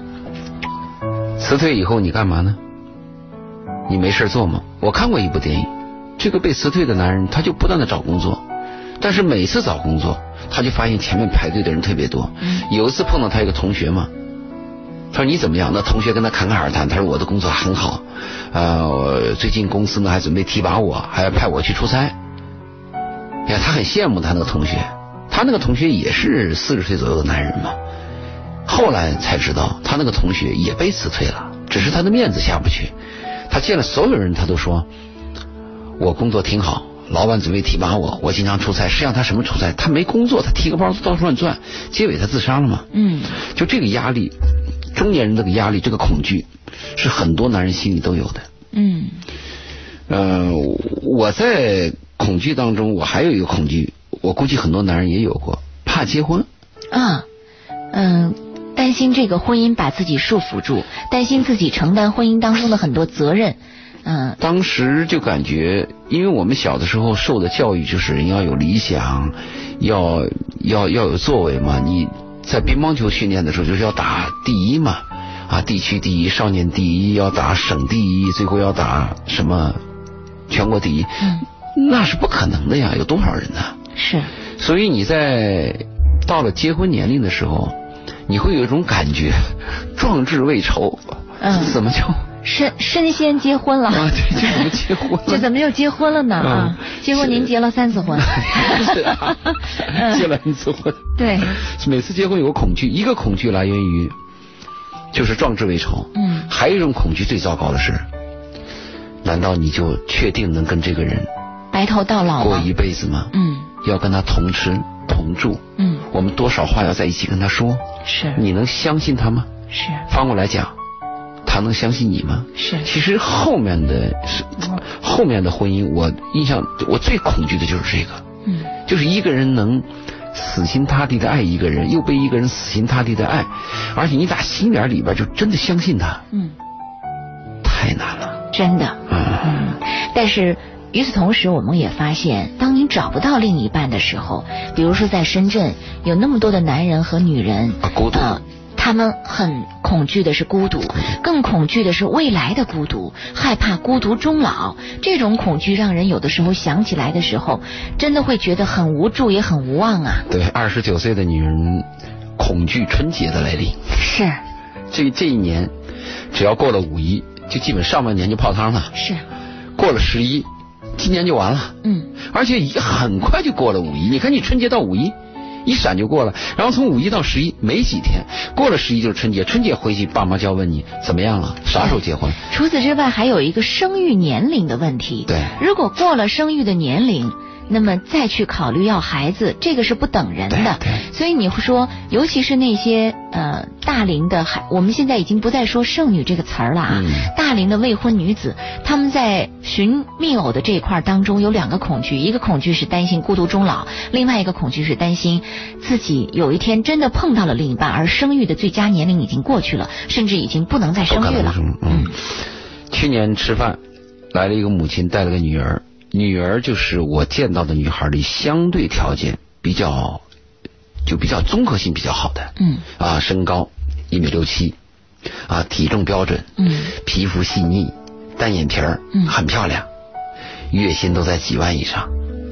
B: 辞退以后你干嘛呢？你没事做吗？我看过一部电影，这个被辞退的男人他就不断的找工作，但是每次找工作，他就发现前面排队的人特别多。
A: 嗯
B: 有一次碰到他一个同学嘛，他说你怎么样？那同学跟他侃侃而谈，他说我的工作很好，呃，我最近公司呢还准备提拔我，还要派我去出差。哎呀，他很羡慕他那个同学，他那个同学也是四十岁左右的男人嘛。后来才知道，他那个同学也被辞退了，只是他的面子下不去。他见了所有人，他都说：“我工作挺好，老板准备提拔我，我经常出差。”实际上他什么出差？他没工作，他提个包到处乱转，结尾他自杀了嘛。
A: 嗯
B: 就这个压力，中年人这个压力，这个恐惧，是很多男人心里都有的。
A: 嗯
B: 呃，我在恐惧当中，我还有一个恐惧，我估计很多男人也有过，怕结婚。
A: 啊，嗯，担心这个婚姻把自己束缚住，担心自己承担婚姻当中的很多责任，嗯
B: 当时就感觉，因为我们小的时候受的教育就是人要有理想，要要要有作为嘛。你在乒乓球训练的时候就是要打第一嘛，啊，地区第一、少年第一，要打省第一，最后要打什么全国第一，
A: 嗯，
B: 那是不可能的呀，有多少人呢、
A: 是，
B: 所以你在到了结婚年龄的时候，你会有一种感觉，壮志未酬，
A: 嗯
B: 怎么就
A: 身身先结婚了，
B: 啊，这这怎么 结婚了？
A: 这怎么又结婚了呢？
B: 嗯
A: 啊，结果您结了三次婚，
B: 是啊结了一次婚，
A: 对，
B: 每次结婚有个恐惧，一个恐惧来源于就是壮志未酬，
A: 嗯
B: 还有一种恐惧最糟糕的是，难道你就确定能跟这个人
A: 白头到老
B: 过
A: 嘛，
B: 一辈子吗？
A: 嗯
B: 要跟他同吃同住，
A: 嗯，
B: 我们多少话要在一起跟他说，
A: 是
B: 你能相信他吗？
A: 是
B: 翻过来讲，他能相信你吗？
A: 是，
B: 其实后面的是后面的婚姻，我印象我最恐惧的就是这个。
A: 嗯
B: 就是一个人能死心塌地的爱一个人，又被一个人死心塌地的爱，而且你打心眼里边就真的相信他，
A: 嗯，
B: 太难了
A: 真的。
B: 啊！
A: 嗯，但是与此同时，我们也发现，当你找不到另一半的时候，比如说在深圳，有那么多的男人和女人，
B: 啊孤独
A: 呃他们很恐惧的是孤独，更恐惧的是未来的孤独，害怕孤独终老。这种恐惧让人有的时候想起来的时候，真的会觉得很无助，也很无望啊。
B: 对，二十九岁的女人恐惧春节的来临，
A: 是
B: 这这一年只要过了五一，就基本上半年就泡汤了；
A: 是，
B: 过了十一，今年就完了。
A: 嗯
B: 而且也很快就过了五一。你看，你春节到五一，一闪就过了，然后从五一到十一没几天，过了十一就是春节。春节回去，爸妈就要问你怎么样了，啥时候结婚？
A: 除此之外，还有一个生育年龄的问题。
B: 对
A: 如果过了生育的年龄，那么再去考虑要孩子，这个是不等人的。啊
B: 对对
A: 所以你会说，尤其是那些呃大龄的孩，我们现在已经不再说剩女这个词儿了啊。
B: 嗯
A: 大龄的未婚女子，她们在寻觅偶的这一块儿当中有两个恐惧，一个恐惧是担心孤独终老，另外一个恐惧是担心自己有一天真的碰到了另一半，而生育的最佳年龄已经过去了，甚至已经不能再生
B: 不可
A: 育
B: 能
A: 了
B: 生。嗯，去年吃饭来了一个母亲，带了个女儿，女儿就是我见到的女孩里相对条件比较，就比较综合性比较好的。
A: 嗯
B: 啊，身高一米六七，啊，体重标准，
A: 嗯
B: 皮肤细腻，单眼皮儿，
A: 嗯
B: 很漂亮，月薪都在几万以上，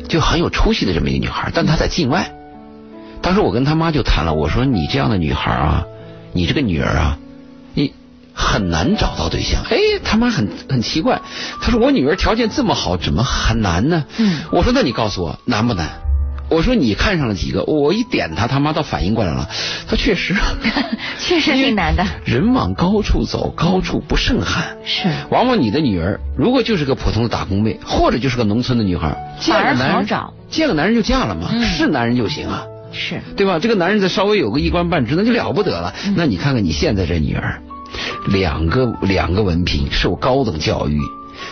B: 就很有出息的这么一个女孩儿，但她在境外。当时我跟她妈就谈了，我说你这样的女孩儿啊，你这个女儿啊，你很难找到对象。哎，他妈很很奇怪，她说我女儿条件这么好，怎么很难呢？
A: 嗯
B: 我说那你告诉我难不难？我说你看上了几个？我一点她，她妈倒反应过来了，她确实，
A: 确实挺难的。
B: 人往高处走，高处不胜寒。
A: 是，
B: 往往你的女儿如果就是个普通的打工妹，或者就是个农村的女孩，见
A: 反
B: 个
A: 而
B: 男
A: 好
B: 人
A: 找，
B: 见个男人就嫁了嘛，
A: 嗯
B: 是男人就行啊，
A: 是，
B: 对吧？这个男人再稍微有个一官半职，那就了不得了。那你看看你现在这女儿，两个两个文凭，受高等教育，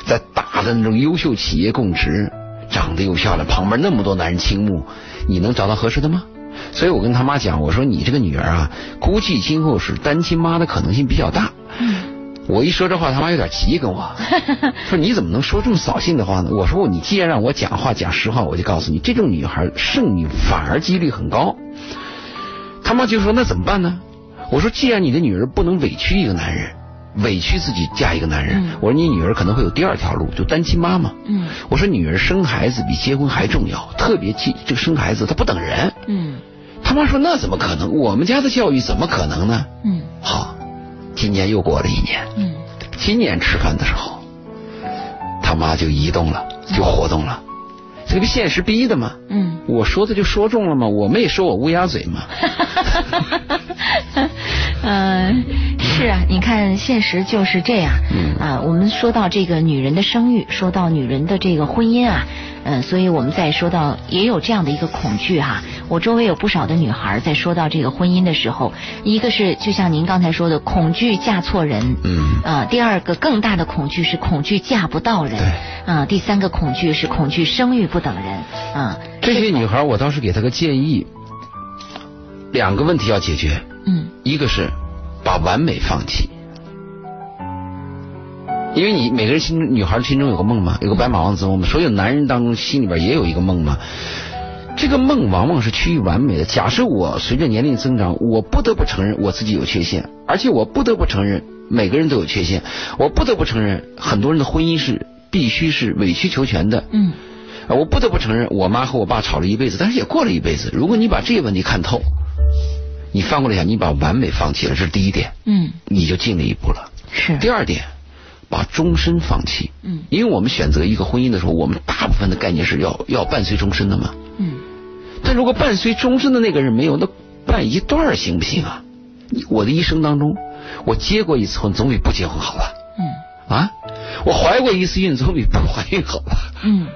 B: 在大的那种优秀企业供职，长得又漂亮，旁边那么多男人倾慕，你能找到合适的吗？所以我跟他妈讲，我说你这个女儿啊，估计今后是单亲妈的可能性比较大。
A: 嗯
B: 我一说这话，他妈有点急跟 我，说你怎么能说这么扫兴的话呢？我说你既然让我讲话讲实话，我就告诉你，这种女孩剩女反而几率很高。他妈就说那怎么办呢？我说既然你的女儿不能委屈一个男人，委屈自己嫁一个男人，
A: 嗯
B: 我说你女儿可能会有第二条路，就单亲妈妈。
A: 嗯
B: 我说女儿生孩子比结婚还重要，特别记这个生孩子她不等人。
A: 嗯
B: 他妈说那怎么可能？我们家的教育怎么可能呢？
A: 嗯
B: 好，今年又过了一年，
A: 嗯
B: 今年吃饭的时候，他妈就移动了，就活动了，这不现实逼的吗？
A: 嗯，
B: 我说的就说中了吗？我们也说我乌鸦嘴嘛。
A: 嗯，是啊，你看现实就是这样
B: 嗯
A: 啊。我们说到这个女人的生育，说到女人的这个婚姻啊，嗯，所以我们再说到也有这样的一个恐惧哈、我周围有不少的女孩在说到这个婚姻的时候，一个是就像您刚才说的，恐惧嫁错人，
B: 嗯，
A: 啊，第二个更大的恐惧是恐惧嫁不到人，啊，第三个恐惧是恐惧生育不等人，啊，
B: 这些女孩，我倒是给她个建议，两个问题要解决，
A: 嗯
B: 一个是把完美放弃，因为你每个人心中女孩心中有个梦嘛，有个白马王子梦嘛，所有男人当中心里边也有一个梦嘛。这个梦往往是趋于完美的。假设我随着年龄增长，我不得不承认我自己有缺陷，而且我不得不承认每个人都有缺陷，我不得不承认很多人的婚姻是必须是委曲求全的。
A: 嗯
B: 啊，我不得不承认，我妈和我爸吵了一辈子，但是也过了一辈子。如果你把这个问题看透，你翻过来想，你把完美放弃了，这是第一点，
A: 嗯，
B: 你就进了一步了。
A: 是，
B: 第二点，把终身放弃，
A: 嗯
B: 因为我们选择一个婚姻的时候，我们大部分的概念是要要伴随终身的嘛。
A: 嗯
B: 但如果伴随终身的那个人没有，那伴一段儿行不行啊？你我的一生当中，我结过一次婚，总比不结婚好吧？
A: 嗯
B: 啊，我怀过一次孕，总比不怀孕好吧？
A: 嗯，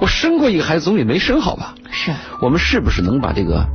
B: 我生过一个孩子，总比没生好吧？
A: 是，
B: 我们是不是能把这个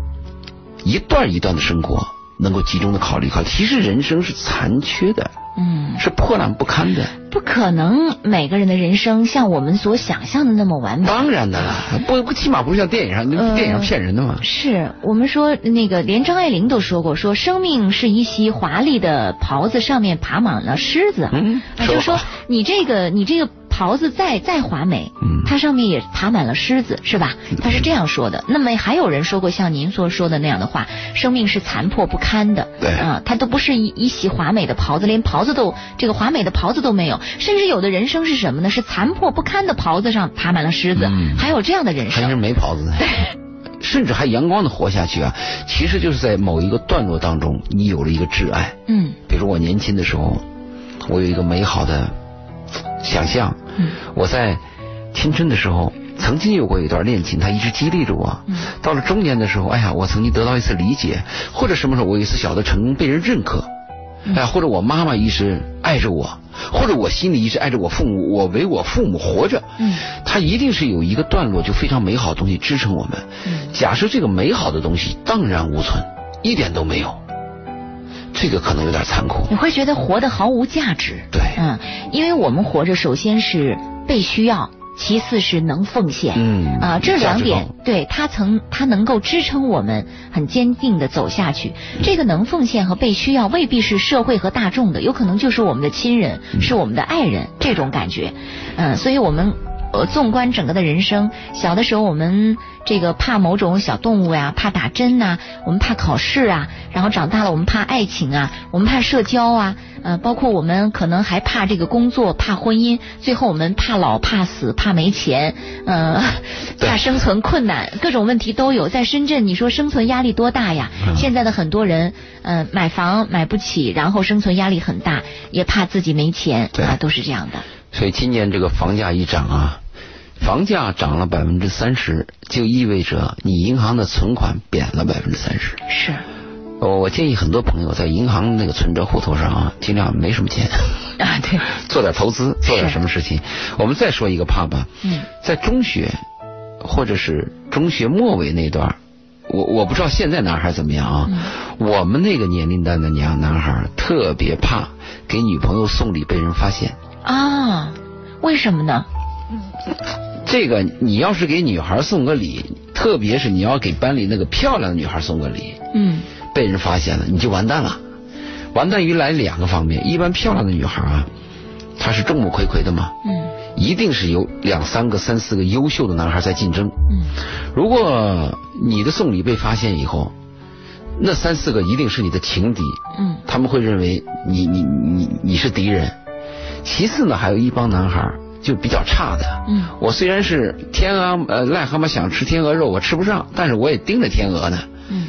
B: 一段一段的生活能够集中的考虑考虑？其实人生是残缺的，
A: 嗯，
B: 是破烂不堪的。
A: 不可能每个人的人生像我们所想象的那么完美。
B: 当然的了，不不，起码不是像电影上，那
A: 嗯
B: 电影上骗人的嘛。
A: 是我们说那个，连张爱玲都说过，说生命是一袭华丽的袍子，上面爬满了虱子。
B: 嗯
A: 啊
B: 说
A: 就
B: 得
A: 说
B: 好
A: 你这个你这个袍子再再华美，
B: 嗯
A: 它上面也爬满了虱子，是吧？他是这样说的。那么还有人说过像您所说的那样的话，生命是残破不堪的，
B: 对
A: 啊，它都不是一一袭华美的袍子，连袍子都这个华美的袍子都没有，甚至有的人生是什么呢？是残破不堪的袍子上爬满了虱子，
B: 嗯
A: 还有这样的人
B: 还
A: 生，
B: 是没袍子呢，甚至还阳光的活下去啊！其实就是在某一个段落当中，你有了一个挚爱。
A: 嗯
B: 比如我年轻的时候，我有一个美好的想象，
A: 嗯
B: 我在青春的时候曾经有过一段恋情，它一直激励着我。
A: 嗯
B: 到了中年的时候，哎呀，我曾经得到一次理解，或者什么时候我有一次小的成功被人认可，
A: 嗯
B: 哎呀，或者我妈妈一直爱着我，或者我心里一直爱着我父母，我为我父母活着。
A: 嗯
B: 它一定是有一个段落就非常美好的东西支撑我们。
A: 嗯
B: 假设这个美好的东西荡然无存，一点都没有，这个可能有点残酷
A: 你。会觉得活得毫无价值。
B: 对
A: 嗯，因为我们活着，首先是被需要，其次是能奉献。
B: 嗯
A: 啊、这
B: 价
A: 两
B: 值
A: 点
B: 高，
A: 对它曾它能够支撑我们很坚定的走下去。这个能奉献和被需要未必是社会和大众的，有可能就是我们的亲人，
B: 嗯
A: 是我们的爱人这种感觉。嗯，所以我们。呃，纵观整个的人生，小的时候我们这个怕某种小动物呀，怕打针呐、我们怕考试啊，然后长大了我们怕爱情啊，我们怕社交啊，呃，包括我们可能还怕这个工作，怕婚姻，最后我们怕老、怕死、怕没钱，呃，
B: 对
A: 怕生存困难，各种问题都有。在深圳，你说生存压力多大呀？
B: 嗯
A: 现在的很多人，呃，买房买不起，然后生存压力很大，也怕自己没钱
B: 对
A: 啊，都是这样的。
B: 所以今年这个房价一涨啊，房价涨了百分之三十，就意味着你银行的存款贬了百分之三十。
A: 是，
B: 我我建议很多朋友在银行那个存折户头上啊，尽量没什么钱，
A: 啊，对，
B: 做点投资，做点什么事情。我们再说一个啊怕吧，
A: 嗯
B: 在中学或者是中学末尾那段儿，我我不知道现在男孩儿怎么样啊。我们那个年龄段的娘男孩儿特别怕给女朋友送礼被人发现。
A: 啊，为什么呢？
B: 这个你要是给女孩送个礼，特别是你要给班里那个漂亮的女孩送个礼，
A: 嗯
B: 被人发现了，你就完蛋了。完蛋于来两个方面，一般漂亮的女孩啊，她是众目睽睽的嘛，
A: 嗯
B: 一定是有两三个、三四个优秀的男孩在竞争。
A: 嗯
B: 如果你的送礼被发现以后，那三四个一定是你的情敌，
A: 嗯
B: 他们会认为你你你你是敌人。其次呢，还有一帮男孩儿就比较差的，
A: 嗯
B: 我虽然是天鹅呃癞蛤蟆想吃天鹅肉，我吃不上，但是我也盯着天鹅呢，
A: 嗯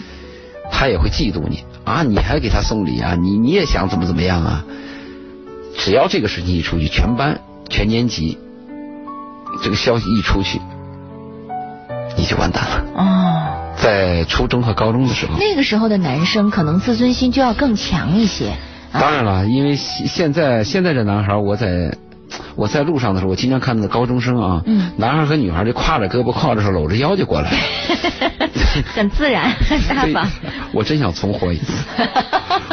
B: 他也会嫉妒你啊，你还给他送礼啊，你你也想怎么怎么样啊？只要这个事情一出去，全班全年级这个消息一出去，你就完蛋了。
A: 哦，
B: 在初中和高中的时候，
A: 那个时候的男生可能自尊心就要更强一些。啊
B: 当然了，因为现现在现在这男孩儿，我在我在路上的时候，我经常看到高中生啊，
A: 嗯
B: 男孩儿和女孩儿就挎着胳膊、挎着手、搂着腰就 过来了。
A: 很自然，很大方，
B: 所以我真想重活一 次，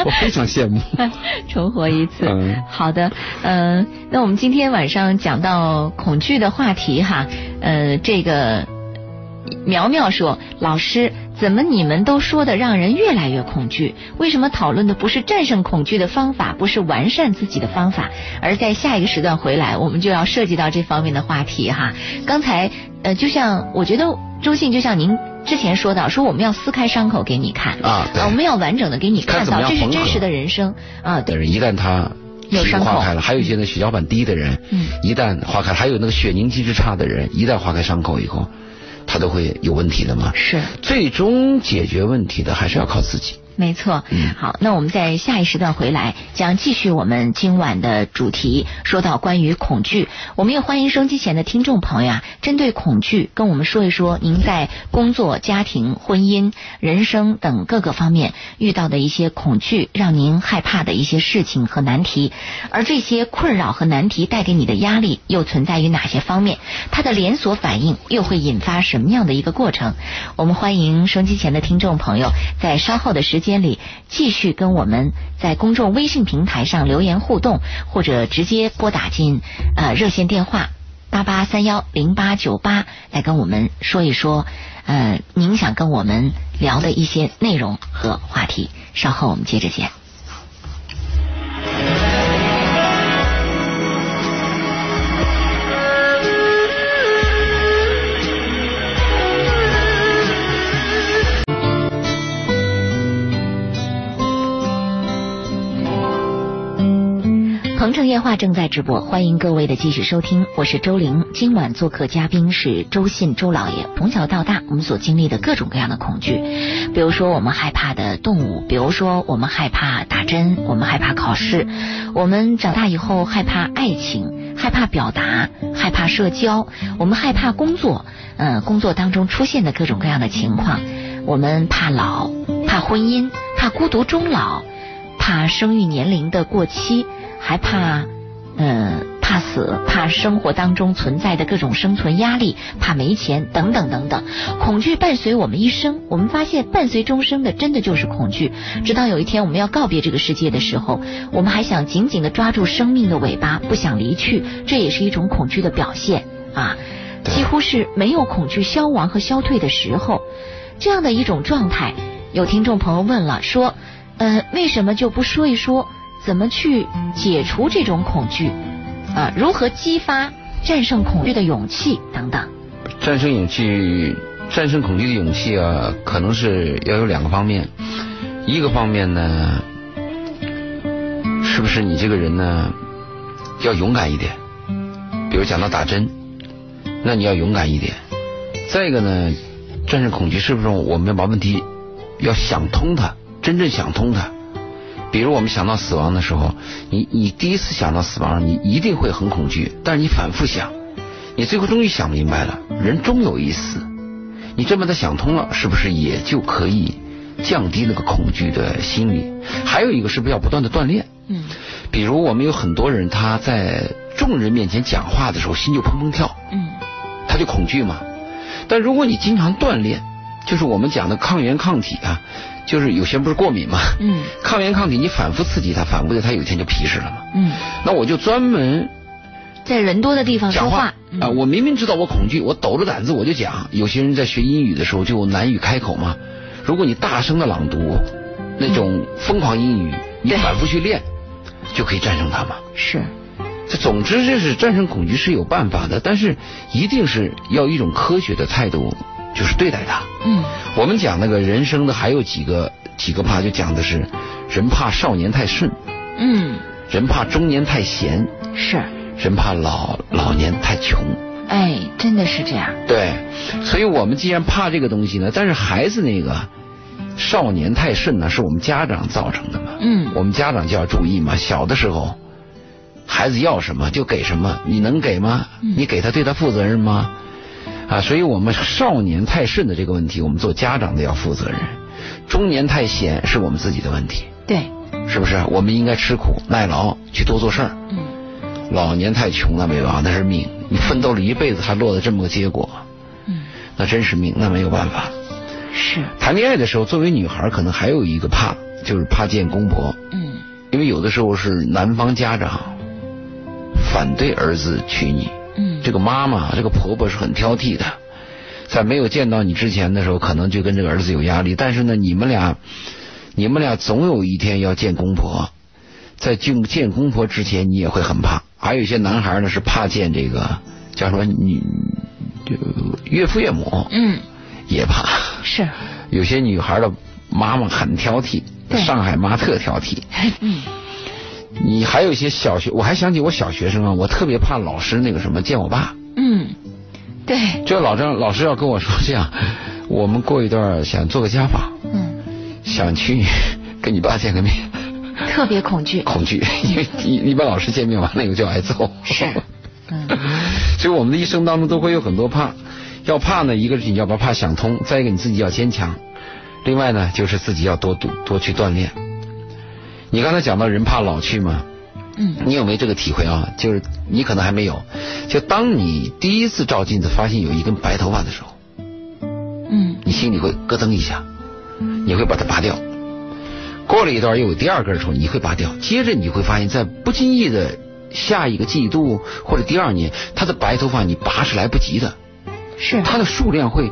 B: 我非常羡慕。
A: 重活一次。
B: 嗯
A: 好的，嗯、那我们今天晚上讲到恐惧的话题哈，呃，这个苗苗说，老师，怎么你们都说的让人越来越恐惧？为什么讨论的不是战胜恐惧的方法，不是完善自己的方法？而在下一个时段回来，我们就要涉及到这方面的话题哈。刚才呃，就像我觉得周信，就像您之前说到，说我们要撕开伤口给你看
B: 啊对
A: 我们要完整的给你
B: 看
A: 看
B: 怎么
A: 到，
B: 样
A: 这是
B: 缝合
A: 真实的人生啊，对
B: 但，是，一旦他
A: 有
B: 皮
A: 伤
B: 肤
A: 口
B: 化开了，还有一些呢血小板低的人，
A: 嗯
B: 一旦化开，还有那个血凝机制差的人，一旦化开伤口以后，他都会有问题的嘛。
A: 是。
B: 最终解决问题的还是要靠自己。
A: 没错
B: 嗯，
A: 好，那我们在下一时段回来将继续我们今晚的主题，说到关于恐惧，我们也欢迎收机前的听众朋友啊，针对恐惧跟我们说一说您在工作、家庭、婚姻、人生等各个方面遇到的一些恐惧，让您害怕的一些事情和难题，而这些困扰和难题带给你的压力又存在于哪些方面？它的连锁反应又会引发什么样的一个过程？我们欢迎收机前的听众朋友在稍后的时间里继续跟我们在公众微信平台上留言互动，或者直接拨打进呃热线电话八八三幺零八九八来跟我们说一说，呃，您想跟我们聊的一些内容和话题。稍后我们接着见。鹏城夜话正在直播，欢迎各位的继续收听，我是周玲。今晚做客嘉宾是周信周老爷。从小到大，我们所经历的各种各样的恐惧，比如说我们害怕的动物，比如说我们害怕打针，我们害怕考试，我们长大以后害怕爱情，害怕表达，害怕社交，我们害怕工作，嗯、工作当中出现的各种各样的情况，我们怕老，怕婚姻，怕孤独终老。怕生育年龄的过期，还怕呃怕死，怕生活当中存在的各种生存压力，怕没钱等等等等。恐惧伴随我们一生，我们发现伴随终生的真的就是恐惧。直到有一天我们要告别这个世界的时候，我们还想紧紧地抓住生命的尾巴，不想离去，这也是一种恐惧的表现啊。
B: 对
A: 几乎是没有恐惧消亡和消退的时候，这样的一种状态。有听众朋友问了，说，呃，为什么就不说一说怎么去解除这种恐惧？啊、如何激发战胜恐惧的勇气等等？
B: 战胜勇气，战胜恐惧的勇气啊，可能是要有两个方面。一个方面呢，是不是你这个人呢，要勇敢一点？比如讲到打针，那你要勇敢一点。再一个呢，战胜恐惧是不是我们要把问题要想通它，真正想通它？比如我们想到死亡的时候，你你第一次想到死亡，你一定会很恐惧，但是你反复想，你最后终于想明白了，人终有一死。你这么的想通了，是不是也就可以降低那个恐惧的心理？还有一个是不是要不断的锻炼？
A: 嗯
B: 比如我们有很多人他在众人面前讲话的时候心就砰砰跳，
A: 嗯
B: 他就恐惧嘛。但如果你经常锻炼，就是我们讲的抗原抗体啊，就是有些人不是过敏嘛，
A: 嗯
B: 抗原抗体你反复刺激它，反复的它有一天就皮实了嘛。
A: 嗯，
B: 那我就专门
A: 在人多的地方说
B: 讲话
A: 话
B: 啊、，
A: 嗯
B: 我明明知道我恐惧，我抖着胆子我就讲。有些人在学英语的时候就难以开口嘛。如果你大声的朗读，那种疯狂英语，你
A: 对
B: 反复去练，就可以战胜它嘛。
A: 是，
B: 这总之，这是战胜恐惧是有办法的，但是一定是要一种科学的态度，就是对待它。
A: 嗯
B: 我们讲那个人生的还有几个几个怕，就讲的是人怕少年太顺，
A: 嗯
B: 人怕中年太闲，
A: 是，
B: 人怕老老年太穷。
A: 哎，真的是这样，
B: 对，所以我们既然怕这个东西呢，但是孩子那个少年太顺呢，是我们家长造成的嘛。
A: 嗯
B: 我们家长就要注意嘛，小的时候。孩子要什么就给什么，你能给吗？
A: 嗯
B: 你给他对他负责任吗？啊，所以我们少年太顺的这个问题，我们做家长的要负责任；中年太闲是我们自己的问题，
A: 对，
B: 是不是？我们应该吃苦耐劳，去多做事儿。
A: 嗯
B: 老年太穷了，没办法，那是命。你奋斗了一辈子，还落得这么个结果，
A: 嗯
B: 那真是命，那没有办法。
A: 是，
B: 谈恋爱的时候，作为女孩儿，可能还有一个怕，就是怕见公婆，
A: 嗯
B: 因为有的时候是男方家长反对儿子娶你，
A: 嗯
B: 这个妈妈、这个婆婆是很挑剔的，在没有见到你之前的时候，可能就跟这个儿子有压力。但是呢，你们俩，你们俩总有一天要见公婆，在见见公婆之前，你也会很怕。还有一些男孩呢是怕见这个叫什么女，就岳父岳母
A: 嗯
B: 也怕。
A: 是，
B: 有些女孩的妈妈很挑剔，
A: 对
B: 上海妈特挑剔。
A: 嗯
B: 你还有一些小学，我还想起我小学生啊，我特别怕老师那个什么见我爸。
A: 嗯对，
B: 这老张老师要跟我说这样，我们过一段儿想做个家访，
A: 嗯
B: 想去跟你爸见个面，
A: 特别恐惧，
B: 恐惧，因为一一般老师见面完了以后就挨揍。
A: 是，嗯
B: 所以我们的一生当中都会有很多怕，要怕呢，一个是你要把怕想通，再一个你自己要坚强，另外呢就是自己要多多多去锻炼。你刚才讲到人怕老去嘛，
A: 嗯
B: 你有没有这个体会啊？就是你可能还没有，就当你第一次照镜子发现有一根白头发的时候，
A: 嗯
B: 你心里会咯噔一下，你会把它拔掉。过了一段又有第二根的时候，你会拔掉。接着你会发现，在不经意的下一个季度或者第二年，它的白头发你拔是来不及的，
A: 是
B: 它的数量会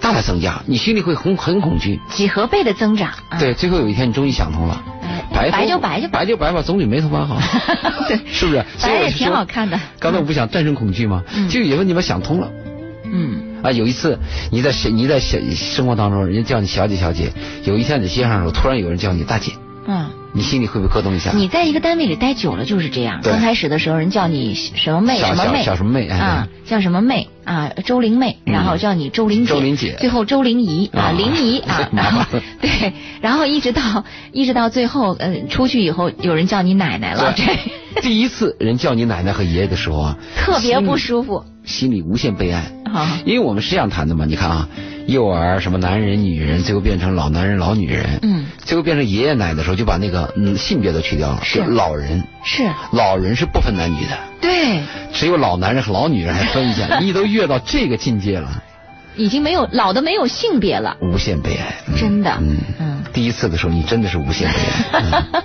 B: 大大增加，你心里会很很恐惧。
A: 几何倍的增长，啊
B: 对，最后有一天你终于想通了，
A: 哎
B: 白头
A: 白就白就白，
B: 白就白吧，总比没头发好
A: 对
B: 是不是？所以
A: 白
B: 我
A: 也
B: 就
A: 挺
B: 说
A: 好看的
B: 刚才我不想战胜恐惧吗？
A: 嗯
B: 就有一个你把想通了。
A: 嗯
B: 啊，有一次你在小你在小生活当中，人家叫你小姐小姐，有一天在街上的时候，突然有人叫你大姐，
A: 嗯，
B: 你心里会不会咯噔一下？
A: 你在一个单位里待久了就是这样，
B: 对
A: 刚开始的时候人叫你什么妹
B: 小
A: 什么妹
B: 小小什么妹哎
A: 啊，叫什么妹啊，周玲妹，
B: 嗯
A: 然后叫你周玲姐，
B: 周玲姐
A: 最后周玲姨啊，
B: 啊，
A: 玲姨啊
B: 麻
A: 然
B: 烦
A: 后对，然后一直到一直到最后，嗯，出去以后有人叫你奶奶了，这
B: 对第一次人叫你奶奶和爷爷的时候啊，
A: 嗯 特别不
B: 服，
A: 舒服
B: 心里无限悲哀。
A: 啊，
B: 因为我们是这样谈的嘛，你看啊，幼儿什么男人、女人，最后变成老男人、老女人，
A: 嗯，
B: 最后变成爷爷奶奶的时候，就把那个嗯性别都去掉了，
A: 是
B: 就老人，
A: 是
B: 老人是不分男女的，
A: 对，
B: 只有老男人和老女人还分一 下，你都越到这个境界了，
A: 已经没有老的没有性别了，
B: 无限悲哀，嗯
A: 真的，
B: 嗯。
A: 嗯，
B: 第一次的时候，你真的是无限悲哀。嗯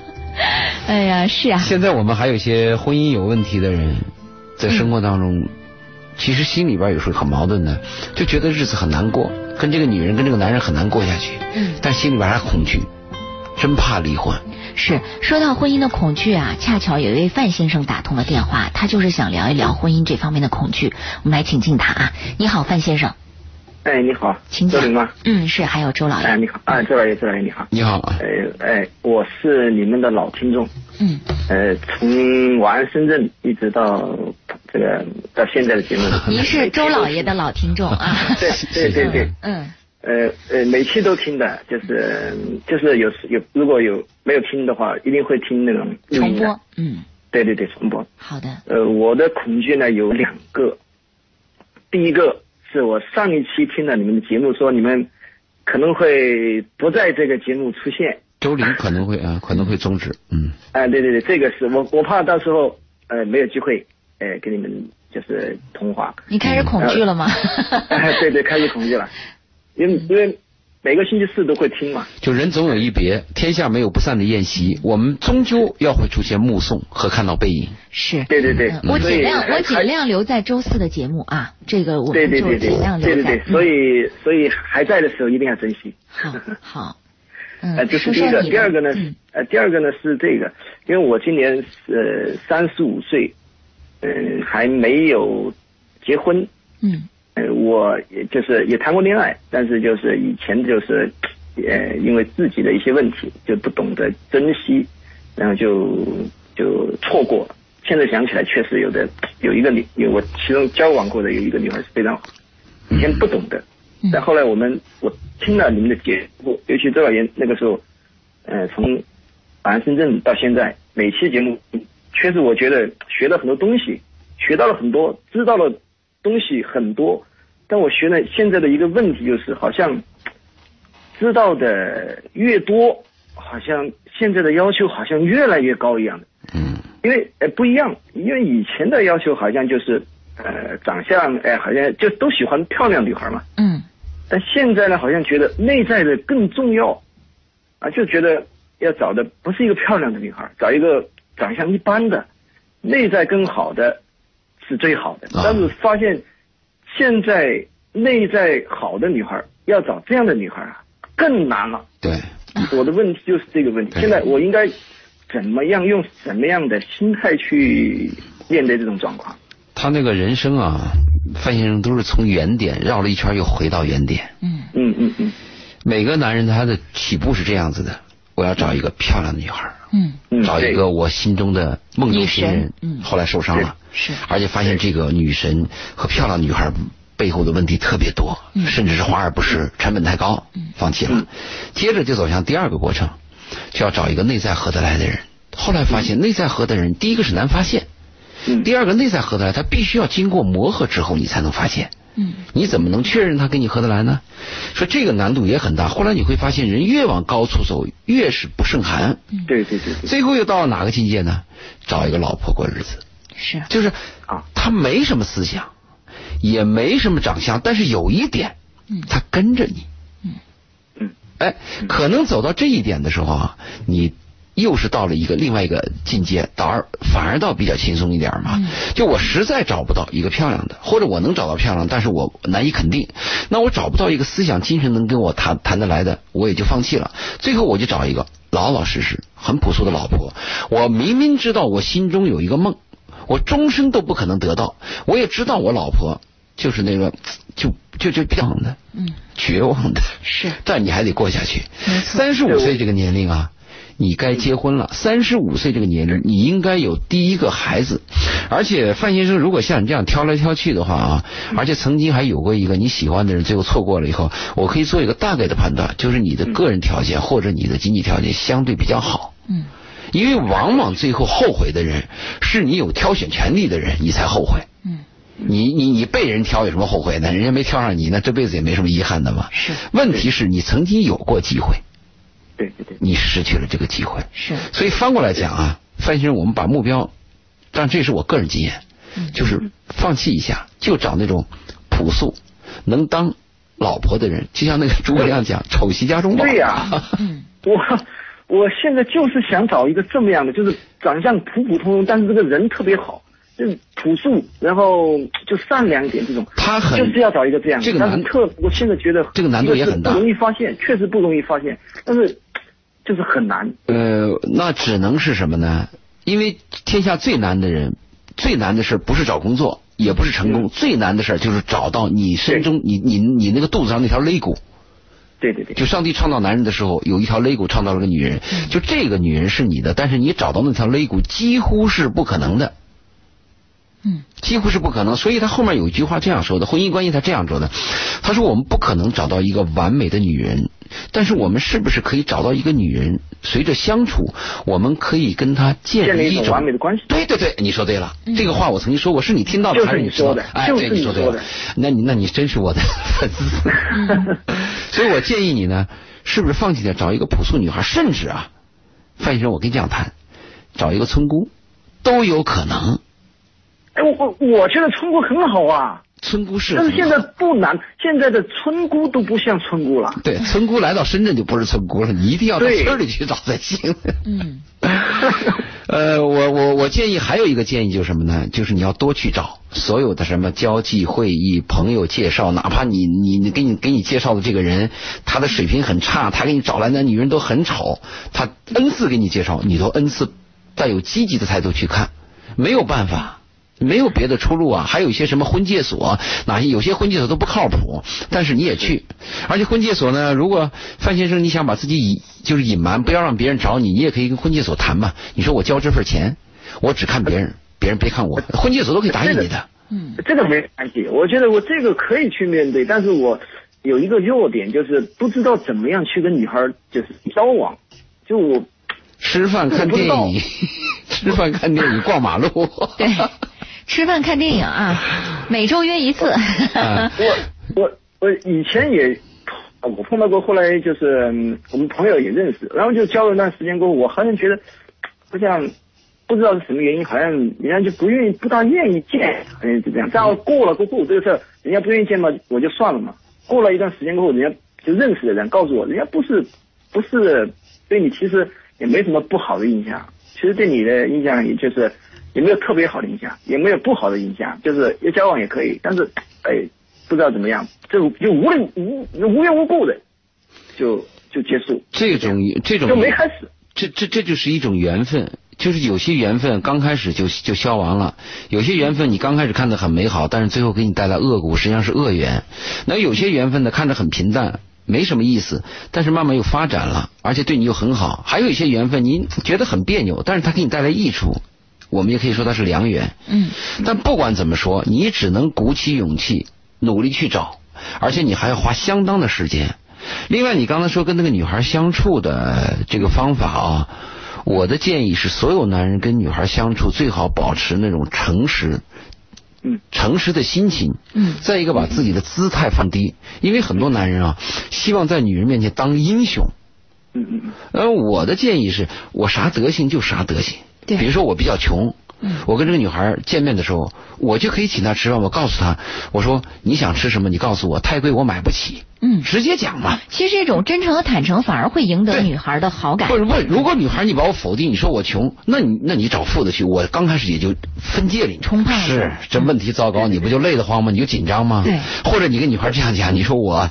A: 哎呀，是 啊，
B: 现在我们还有一些婚姻有问题的人，在生活当中，其实心里边有时候很矛盾的，就觉得日子很难过，跟这个女人跟这个男人很难过下去，
A: 嗯
B: 但心里边还恐惧，真怕离婚。
A: 是说到婚姻的恐惧啊，恰巧有一位范先生打通了电话，他就是想聊一聊婚姻这方面的恐惧。我们来请进他啊！你好，范先生，
C: 哎，你好，
A: 请
C: 周
A: 讲
C: 玲吗？。
A: 嗯，是，还有周老
C: 哎，
A: 爷。
C: 你好，啊，周老爷，周老爷你好。
B: 你好，
C: 呃，哎，我是你们的老听众，
A: 嗯，
C: 呃，从我安深圳一直到这个到现在的节目。
A: 您是周老爷的老听众啊。
C: 对 对对对，
A: 嗯
C: 呃呃，每期都听的，就是就是有时有如果有没有听的话，一定会听那种
A: 嗯，
C: 录
A: 重
C: 音的
A: 播。。嗯，
C: 对对对，重播。
A: 好的。
C: 呃，我的恐惧呢有两个，第一个是我上一期听了你们的节目说你们可能会不在这个节目出现。
B: 周玲可能会啊，可能会终止。嗯，
C: 啊，对对对，这个是我我怕到时候呃没有机会呃跟你们就是通话，
A: 你开始恐惧了吗？ 嗯
C: 哎对对，开始恐惧了，因为因为每个星期四都会听嘛，
B: 就人总有一别，天下没有不散的宴席，我们终究要会出现目送和看到背影。
A: 是。
C: 对对对，
A: 嗯我
C: 所以
A: 尽量
C: 还
A: 我尽量留在周四的节目啊，这个我
C: 对
A: 们
C: 对
A: 就
C: 对对
A: 尽量
C: 对
A: 留
C: 对
A: 在。嗯
C: 对，所以所以还在的时候一定要珍惜。
A: 嗯好好，嗯
C: 呃，这是
A: 说
C: 第
A: 说
C: 一个。
A: 你
C: 第
A: 的
C: 二个呢
A: 嗯，
C: 呃，第二个呢是这个，因为我今年呃三十五岁，嗯，还没有结婚，
A: 嗯
C: 呃，我也就是也谈过恋爱，但是就是以前就是，呃，因为自己的一些问题就不懂得珍惜，然后就就错过了。现在想起来，确实有的有一个女，有我其中交往过的有一个女孩是非常好，以前不懂的，
A: 嗯
C: 但后来我们我听了你们的节目，尤其周老爷那个时候，呃，从法安深圳到现在，每期节目确实我觉得学了很多东西，学到了很多，知道了东西很多，但我学了现在的一个问题就是，好像知道的越多，好像现在的要求好像越来越高一样的。
B: 嗯
C: 因为呃不一样，因为以前的要求好像就是呃长相哎、好像就都喜欢漂亮女孩嘛，
A: 嗯
C: 但现在呢好像觉得内在的更重要，啊就觉得要找的不是一个漂亮的女孩，找一个长相一般的，内在更好的是最好的。
B: 啊
C: 但是发现现在内在好的女孩要找这样的女孩啊更难了。
B: 对，
C: 我的问题就是这个问题。
B: 嗯对
C: 现在我应该怎么样用什么样的心态去面对这种状况？
B: 他那个人生啊，范先生都是从原点绕了一圈又回到原点。
A: 嗯
C: 嗯嗯嗯
B: 每个男人他的起步是这样子的：我要找一个漂亮的女孩儿，
A: 嗯，
C: 嗯，
B: 找一
C: 对
B: 个我心中的梦中情
A: 女神
B: 人。
A: 嗯
B: 后来受伤了，
A: 是是
B: 而且发现这个女神和漂亮女孩背后的问题特别多，
A: 嗯
B: 甚至是华而不实，成本太高，放弃了。
C: 嗯
B: 接着就走向第二个过程，就要找一个内在合得来的人。后来发
A: 嗯
B: 现内在合的人，第一个是难发现，
C: 嗯
B: 第二个内在合得来，他必须要经过磨合之后，你才能发现。
A: 嗯
B: 你怎么能确认他跟你合得来呢？说这个难度也很大。后来你会发现，人越往高处走，越是不胜寒。
C: 嗯对对对对，
B: 最后又到了哪个境界呢？找一个老婆过日子，
A: 是
B: 就是
C: 啊
B: 他没什么思想，也没什么长相，但是有一点
A: 嗯，
B: 他跟着你。
C: 嗯
B: 哎，可能走到这一点的时候啊，你又是到了一个另外一个境界，倒而反而倒比较轻松一点嘛
A: 嗯。
B: 就我实在找不到一个漂亮的，或者我能找到漂亮，但是我难以肯定。那我找不到一个思想精神能跟我谈谈得来的，我也就放弃了。最后我就找一个老老实实、很朴素的老婆。我明明知道我心中有一个梦，我终生都不可能得到。我也知道我老婆就是那个，就就就这样的。
A: 嗯
B: 绝望的，
A: 是
B: 但你还得过下去
A: 没。错
B: 三十五岁这个年龄啊，你该结婚了。三十五岁这个年龄，你应该有第一个孩子。而且范先生，如果像你这样挑来挑去的话啊，
A: 嗯
B: 而且曾经还有过一个你喜欢的人，最后错过了以后，我可以做一个大概的判断，就是你的个人条件或者你的经济条件相对比较好。
A: 嗯
B: 因为往往最后后悔的人，是你有挑选权利的人，你才后悔。
A: 嗯
B: 你你你被人挑有什么后悔呢？人家没挑上你，那这辈子也没什么遗憾的嘛。
A: 是
B: 问题是你曾经有过机会，
C: 对对对，
B: 你失去了这个机会。
A: 是
B: 所以翻过来讲啊，范先生，我们把目标，当然这是我个人经验，
A: 嗯
B: 就是放弃一下，就找那种朴素能当老婆的人，就像那个诸葛亮讲“丑媳家中宝”。
C: 对 呀
A: 嗯
C: 我我现在就是想找一个这么样的，就是长相普普通通，但是这个人特别好。就是朴素，然后就善良一点，这种
B: 他很
C: 就是要找一个这样的，
B: 这个
C: 但
B: 难
C: 是特，我现在觉得
B: 这个难度也很大
C: 一个是不容易发现，确实不容易发现，但是就是很难。
B: 呃，那只能是什么呢？因为天下最难的人，最难的事不是找工作，也不是成功，最难的事儿就是找到你身中你你你那个肚子上那条肋骨。
C: 对对对，
B: 就上帝创造男人的时候，有一条肋骨创造了个女人，就这个女人是你的，但是你找到那条肋骨几乎是不可能的。
A: 嗯
B: 几乎是不可能。所以他后面有一句话这样说的，婚姻关系他这样说的，他说我们不可能找到一个完美的女人，但是我们是不是可以找到一个女人，随着相处，我们可以跟她建
C: 建立
B: 立
C: 一
B: 一
C: 种
B: 种
C: 完美的关系嗯
B: 对对对，你说对了，这个话我曾经说过，是你听到的
C: 就是
B: 还是你
C: 你说的
B: 知道哎，
C: 就是
B: 对，你说对了
C: 你说的
B: 那你那你真是我的粉 丝。所以我建议你呢，是不是放弃掉找一个朴素女孩，甚至啊，范先生，我跟你这样谈，找一个村姑都有可能。
C: 哎，我我我觉得村姑很好啊，
B: 村姑是
C: 但
B: 很好，
C: 是现在不难，现在的村姑都不像村姑了。
B: 对，村姑来到深圳就不是村姑了，你一定要到村儿里去找才行。
A: 嗯
B: 呃，我我我建议还有一个建议就是什么呢？就是你要多去找所有的什么交际会议、朋友介绍，哪怕你你你给你给你介绍的这个人，他的水平很差，他给你找来的女人都很丑，他 n 次给你介绍，你都 n 次带有积极的态度去看，没有办法。没有别的出路啊，还有一些什么婚介所，哪些有些婚介所都不靠谱，但是你也去，而且婚介所呢，如果范先生你想把自己隐就是隐瞒，不要让别人找你，你也可以跟婚介所谈嘛。你说我交这份钱，我只看别人，别人别看我，婚介所都可以答应你的。
A: 嗯，
C: 这个没关系，我觉得我这个可以去面对，但是我有一个弱点，就是不知道怎么样去跟女孩儿就是交往，就我
B: 吃饭看电影， 吃饭看电影，逛马路。
A: 对，吃饭看电影啊， 每周约一次。
B: 啊
C: 我我我以前也啊我碰到过，后来就是嗯我们朋友也认识，然后就交了段时间过后，我好像觉得好像不知道是什么原因，好像人家就不愿意，不大愿意见，好像就这样。这样过了过后，这个事儿人家不愿意见嘛，我就算了嘛。过了一段时间过后，人家就认识的人告诉我，人家不是不是对你其实也没什么不好的印象，其实对你的印象也就是也没有特别好的印象，也没有不好的印象，就是要交往也可以，但是哎。不知道怎么样，就就无论无无缘无故的，就就结束，
B: 这种这种
C: 就没开始。
B: 这这这就是一种缘分，就是有些缘分刚开始就就消亡了，有些缘分你刚开始看着很美好，但是最后给你带来恶果，实际上是恶缘。那有些缘分呢，看着很平淡，没什么意思，但是慢慢又发展了，而且对你又很好。还有一些缘分，你觉得很别扭，但是它给你带来益处，我们也可以说它是良缘。
A: 嗯，
B: 但不管怎么说，你只能鼓起勇气，努力去找，而且你还要花相当的时间。另外，你刚才说跟那个女孩相处的这个方法啊，我的建议是，所有男人跟女孩相处最好保持那种诚实，
C: 嗯，
B: 诚实的心情。
A: 嗯
B: 再一个，把自己的姿态放低，因为很多男人啊，希望在女人面前当英雄。
C: 嗯嗯嗯，
B: 呃，我的建议是我啥德行就啥德行。
A: 对
B: 比如说我比较穷
A: 嗯，
B: 我跟这个女孩见面的时候，我就可以请她吃饭。我告诉她，我说你想吃什么，你告诉我，太贵我买不起。
A: 嗯，
B: 直接讲嘛。
A: 其实这种真诚和坦诚反而会赢得
B: 对
A: 女孩的好感
B: 不。是不是，如果女孩你把我否定，你说我穷，那你那你找富的去。我刚开始也就分界了，你
A: 冲泡了
B: 是这问题糟糕，你不就累得慌吗？你就紧张吗？
A: 对
B: 或者你跟女孩这样讲，你说我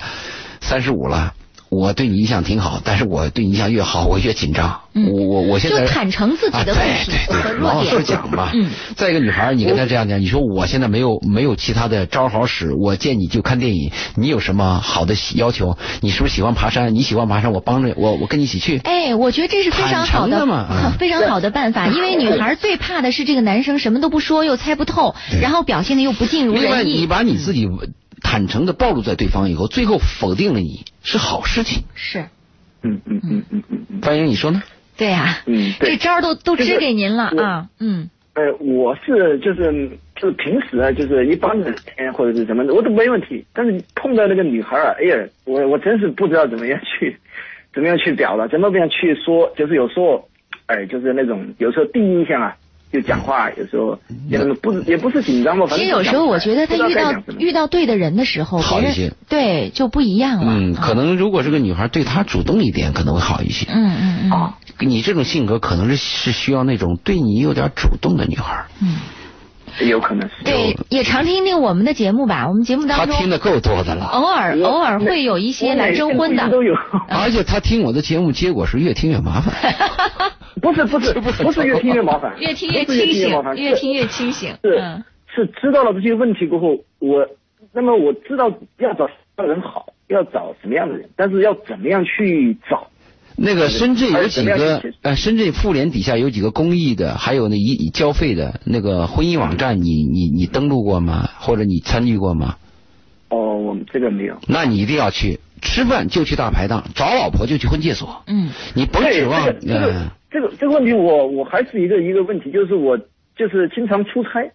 B: 三十五了。我对你印象挺好，但是我对你印象越好，我越紧张。
A: 嗯
B: 我我我现在
A: 就坦诚自己的问题
B: 啊、对对
A: 和
B: 对，
A: 弱
B: 老老
A: 点
B: 实讲吧。
A: 嗯
B: 再一个，女孩，你跟她这样讲，你说我现在没有没有其他的招好使，我见你就看电影，你有什么好的喜要求？你是不是喜欢爬山？你喜欢爬山，我帮着我我跟你一起去。
A: 哎，我觉得这是非常好
B: 坦诚的 嘛啊
A: 非常好的办法，因为女孩最怕的是这个男生什么都不说，又猜不透，
B: 对
A: 然后表现的又不尽如
B: 另外，
A: 人
B: 你
A: 意。
B: 把你自己坦诚的暴露在对方以后，最后否定了你是好事情。
A: 是，
C: 嗯嗯嗯嗯嗯嗯。
B: 范先生，你说呢？
A: 对呀、
C: 嗯对
A: 这招儿都都支给您了
C: 就是
A: 啊，嗯
C: 呃，我是就是就是平时啊，就是一般的天或者是什么的，我都没问题。但是碰到那个女孩儿啊，哎呀，我我真是不知道怎么样去，怎么样去表达，怎么样去说，就是有时候，哎，就是那种有时候第一印象啊，就讲话，有时候也不是也不是紧张嘛，反
A: 其
C: 正
A: 实有时候我觉得他遇到遇
C: 到
A: 到对的人的时候，
B: 好
A: 别
B: 一些
A: 人对就不一样了。
B: 嗯，可能如果这个女孩对他主动一点，可能会好一些。
A: 嗯嗯嗯
C: 啊，
B: 你这种性格可能是是需要那种对你有点主动的女孩，
A: 嗯，
C: 有可能是
A: 对，也常听听我们的节目吧。我们节目
B: 她
A: 当
B: 听
A: 中
B: 的够多的了，
A: 偶尔
C: 我
A: 偶尔会有一些来征婚
C: 我每天
A: 的
C: 都。有。
B: 而且她听我的节目，结果是越听越麻烦。
C: 不是 不是
B: 这不是
C: 不是越听越麻烦，
A: 越听越
C: 不是
A: 清
C: 越
A: 醒
C: 麻，烦
A: 越听越清醒。
C: 是
A: 嗯，
C: 是知道了这些问题过后，我那么我知道要找什么样的人好，要找什么样的人，但是要怎么样去找？
B: 那个深圳有几
C: 还有怎么样
B: 个
C: 去
B: 呃，深圳妇联底下有几个公益的，还有那一交费的那个婚姻网站，你你你登录过吗？或者你参与过吗？
C: 哦，我们这个没有。
B: 那你一定要去吃饭就去大排档，找老婆就去婚介所，
A: 嗯，
B: 你甭指望
C: 对这个
B: 嗯，
C: 这个这个这个问题我，我还是一个一个问题，就是我就是经常出差，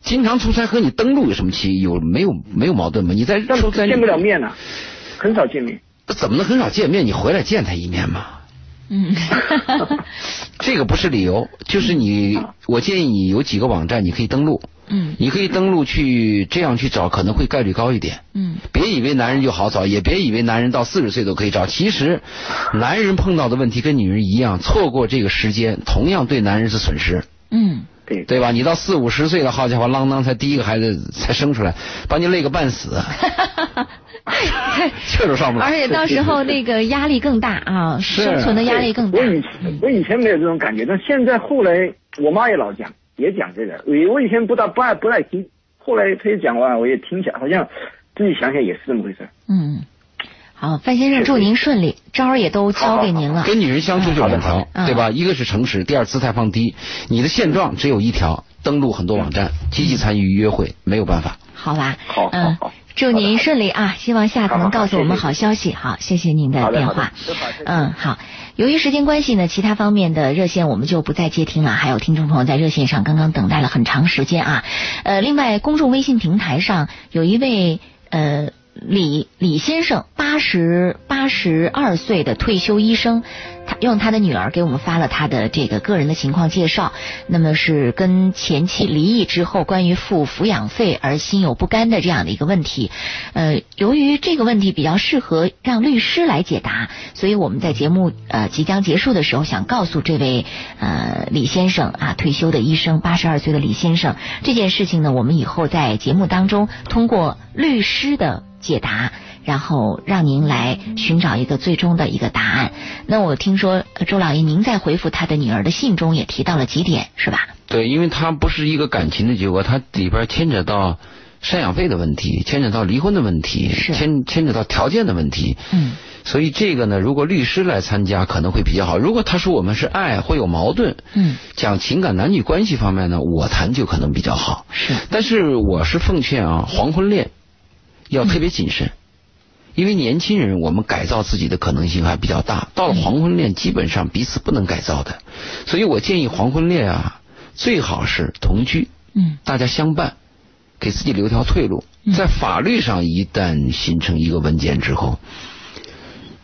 B: 经常出差和你登录有什么歧义？有没有没有矛盾吗？你在
C: 但
B: 出差
C: 见不了，面呐、很少见面。
B: 怎么能很少见面？你回来见他一面 嘛？
A: 嗯，
C: 嗯
B: 这个不是理由，就是你，我建议你有几个网站你可以登录，
A: 嗯
B: 你可以登录去这样去找，可能会概率高一点。
A: 嗯
B: 别以为男人就好找，也别以为男人到四十岁都可以找。其实，男人碰到的问题跟女人一样，错过这个时间，同样对男人是损失，
A: 嗯
C: 对
B: 对吧？你到四五十岁了，好家伙，啷当才第一个孩子才生出来，把你累个半死， 气儿都上不来。
A: 而且到时候那个压力更大啊，
B: 是
A: 生存的压力更大嗯
C: 我。以我以前没有这种感觉，但现在后来我妈也老讲，也讲这个。我我以前不大不爱不爱听，后来她也讲完，我也听下，好像自己想想也是这么回事。
A: 嗯，好，范先生，祝您顺利，招儿也都交给您了。
B: 跟女人相处就两条，
A: 嗯
B: 对吧？一个是诚实，第二姿态放低。你的现状只有一条，登录很多网站，积极参与约会，没有办法。
A: 好吧，
C: 好
A: 嗯
C: 好好，
A: 祝您顺利啊！希望下次能
C: 好好好
A: 告诉我们
C: 谢谢
A: 好消息。好，谢谢您的
C: 好的
A: 电
C: 好的
A: 话
C: 真好谢谢。
A: 嗯，好。由于时间关系呢，其他方面的热线我们就不再接听了。还有听众朋友在热线上刚刚等待了很长时间啊。呃，另外，公众微信平台上有一位呃李李先生，八十八十二岁的退休医生，他用他的女儿给我们发了他的这个个人的情况介绍。那么是跟前妻离异之后，关于付抚养费而心有不甘的这样的一个问题。呃，由于这个问题比较适合让律师来解答，所以我们在节目呃即将结束的时候，想告诉这位呃李先生啊，退休的医生，八十二岁的李先生，这件事情呢，我们以后在节目当中通过律师的解答。然后让您来寻找一个最终的一个答案。那我听说呃周老爷您在回复他的女儿的信中也提到了几点，是吧？
B: 对，因为它不是一个感情的结果，它里边牵扯到赡养费的问题，牵扯到离婚的问题，
A: 是
B: 牵牵扯到条件的问题。
A: 嗯
B: 所以这个呢，如果律师来参加可能会比较好。如果他说我们是爱，会有矛盾，
A: 嗯，
B: 讲情感男女关系方面呢，我谈就可能比较好。
A: 是
B: 但是我是奉劝啊，黄昏恋要特别谨慎，因为年轻人我们改造自己的可能性还比较大，到了黄昏恋基本上彼此不能改造的，所以我建议黄昏恋啊，最好是同居，
A: 嗯
B: 大家相伴，给自己留条退路
A: 嗯。
B: 在法律上一旦形成一个文件之后，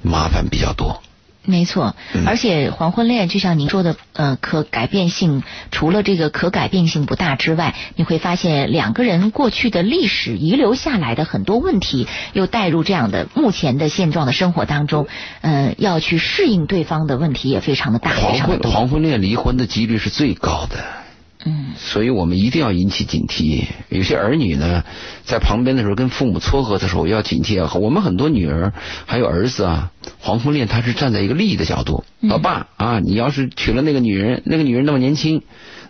B: 麻烦比较多。
A: 没错，
B: 嗯
A: 而且黄昏恋就像您说的，呃，可改变性除了这个可改变性不大之外，你会发现两个人过去的历史遗留下来的很多问题，又带入这样的目前的现状的生活当中，呃，要去适应对方的问题也非常的大，非
B: 黄
A: 常的
B: 昏
A: 多。
B: 黄昏恋离婚的几率是最高的。
A: 嗯
B: 所以我们一定要引起警惕。有些儿女呢，在旁边的时候跟父母撮合的时候要警惕啊。我们很多女儿还有儿子啊，黄昏恋他是站在一个利益的角度，
A: 嗯
B: 老爸啊，你要是娶了那个女人，那个女人那么年轻，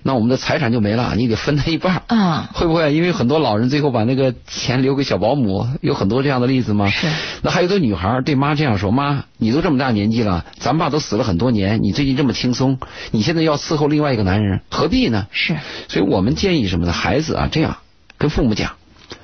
B: 那我们的财产就没了，你得分她一半儿。
A: 啊，
B: 会不会因为很多老人最后把那个钱留给小保姆，有很多这样的例子吗？
A: 是。
B: 那还有的女孩儿对妈这样说：“妈，你都这么大年纪了，咱爸都死了很多年，你最近这么轻松，你现在要伺候另外一个男人，何必呢？”
A: 是
B: 所以我们建议什么呢？孩子啊，这样跟父母讲：“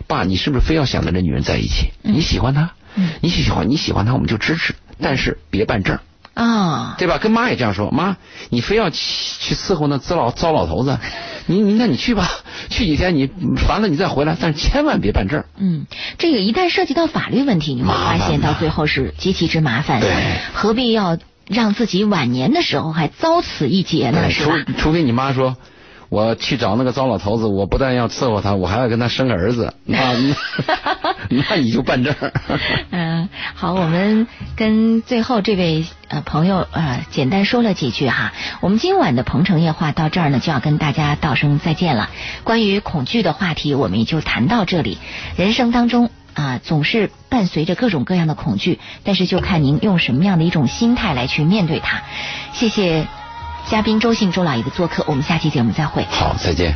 B: 爸，你是不是非要想跟这女人在一起？
A: 嗯
B: 你喜欢她
A: 嗯，
B: 你喜欢你喜欢她，我们就支持，但是别办证儿。”
A: 啊，
B: 对吧？跟妈也这样说，妈，你非要去去伺候那糟老糟老头子，你你那你去吧，去几天你烦了你再回来，但是千万别办证儿。
A: 嗯，这个一旦涉及到法律问题，你会发
B: 麻
A: 现
B: 烦的
A: 到最后是极其之麻烦的
B: 对，
A: 何必要让自己晚年的时候还遭此一劫呢？
B: 对
A: 哎是吧？
B: 嗯除除非你妈说。我去找那个糟老头子，我不但要伺候他，我还要跟他生个儿子， 那那那你就办证儿。
A: 嗯，好，我们跟最后这位呃朋友呃简单说了几句哈。我们今晚的《鹏城夜话》到这儿呢，就要跟大家道声再见了。关于恐惧的话题，我们也就谈到这里。人生当中啊、总是伴随着各种各样的恐惧，但是就看您用什么样的一种心态来去面对它。谢谢嘉宾周信周老爷的做客，我们下期节目再会。
B: 好，再见。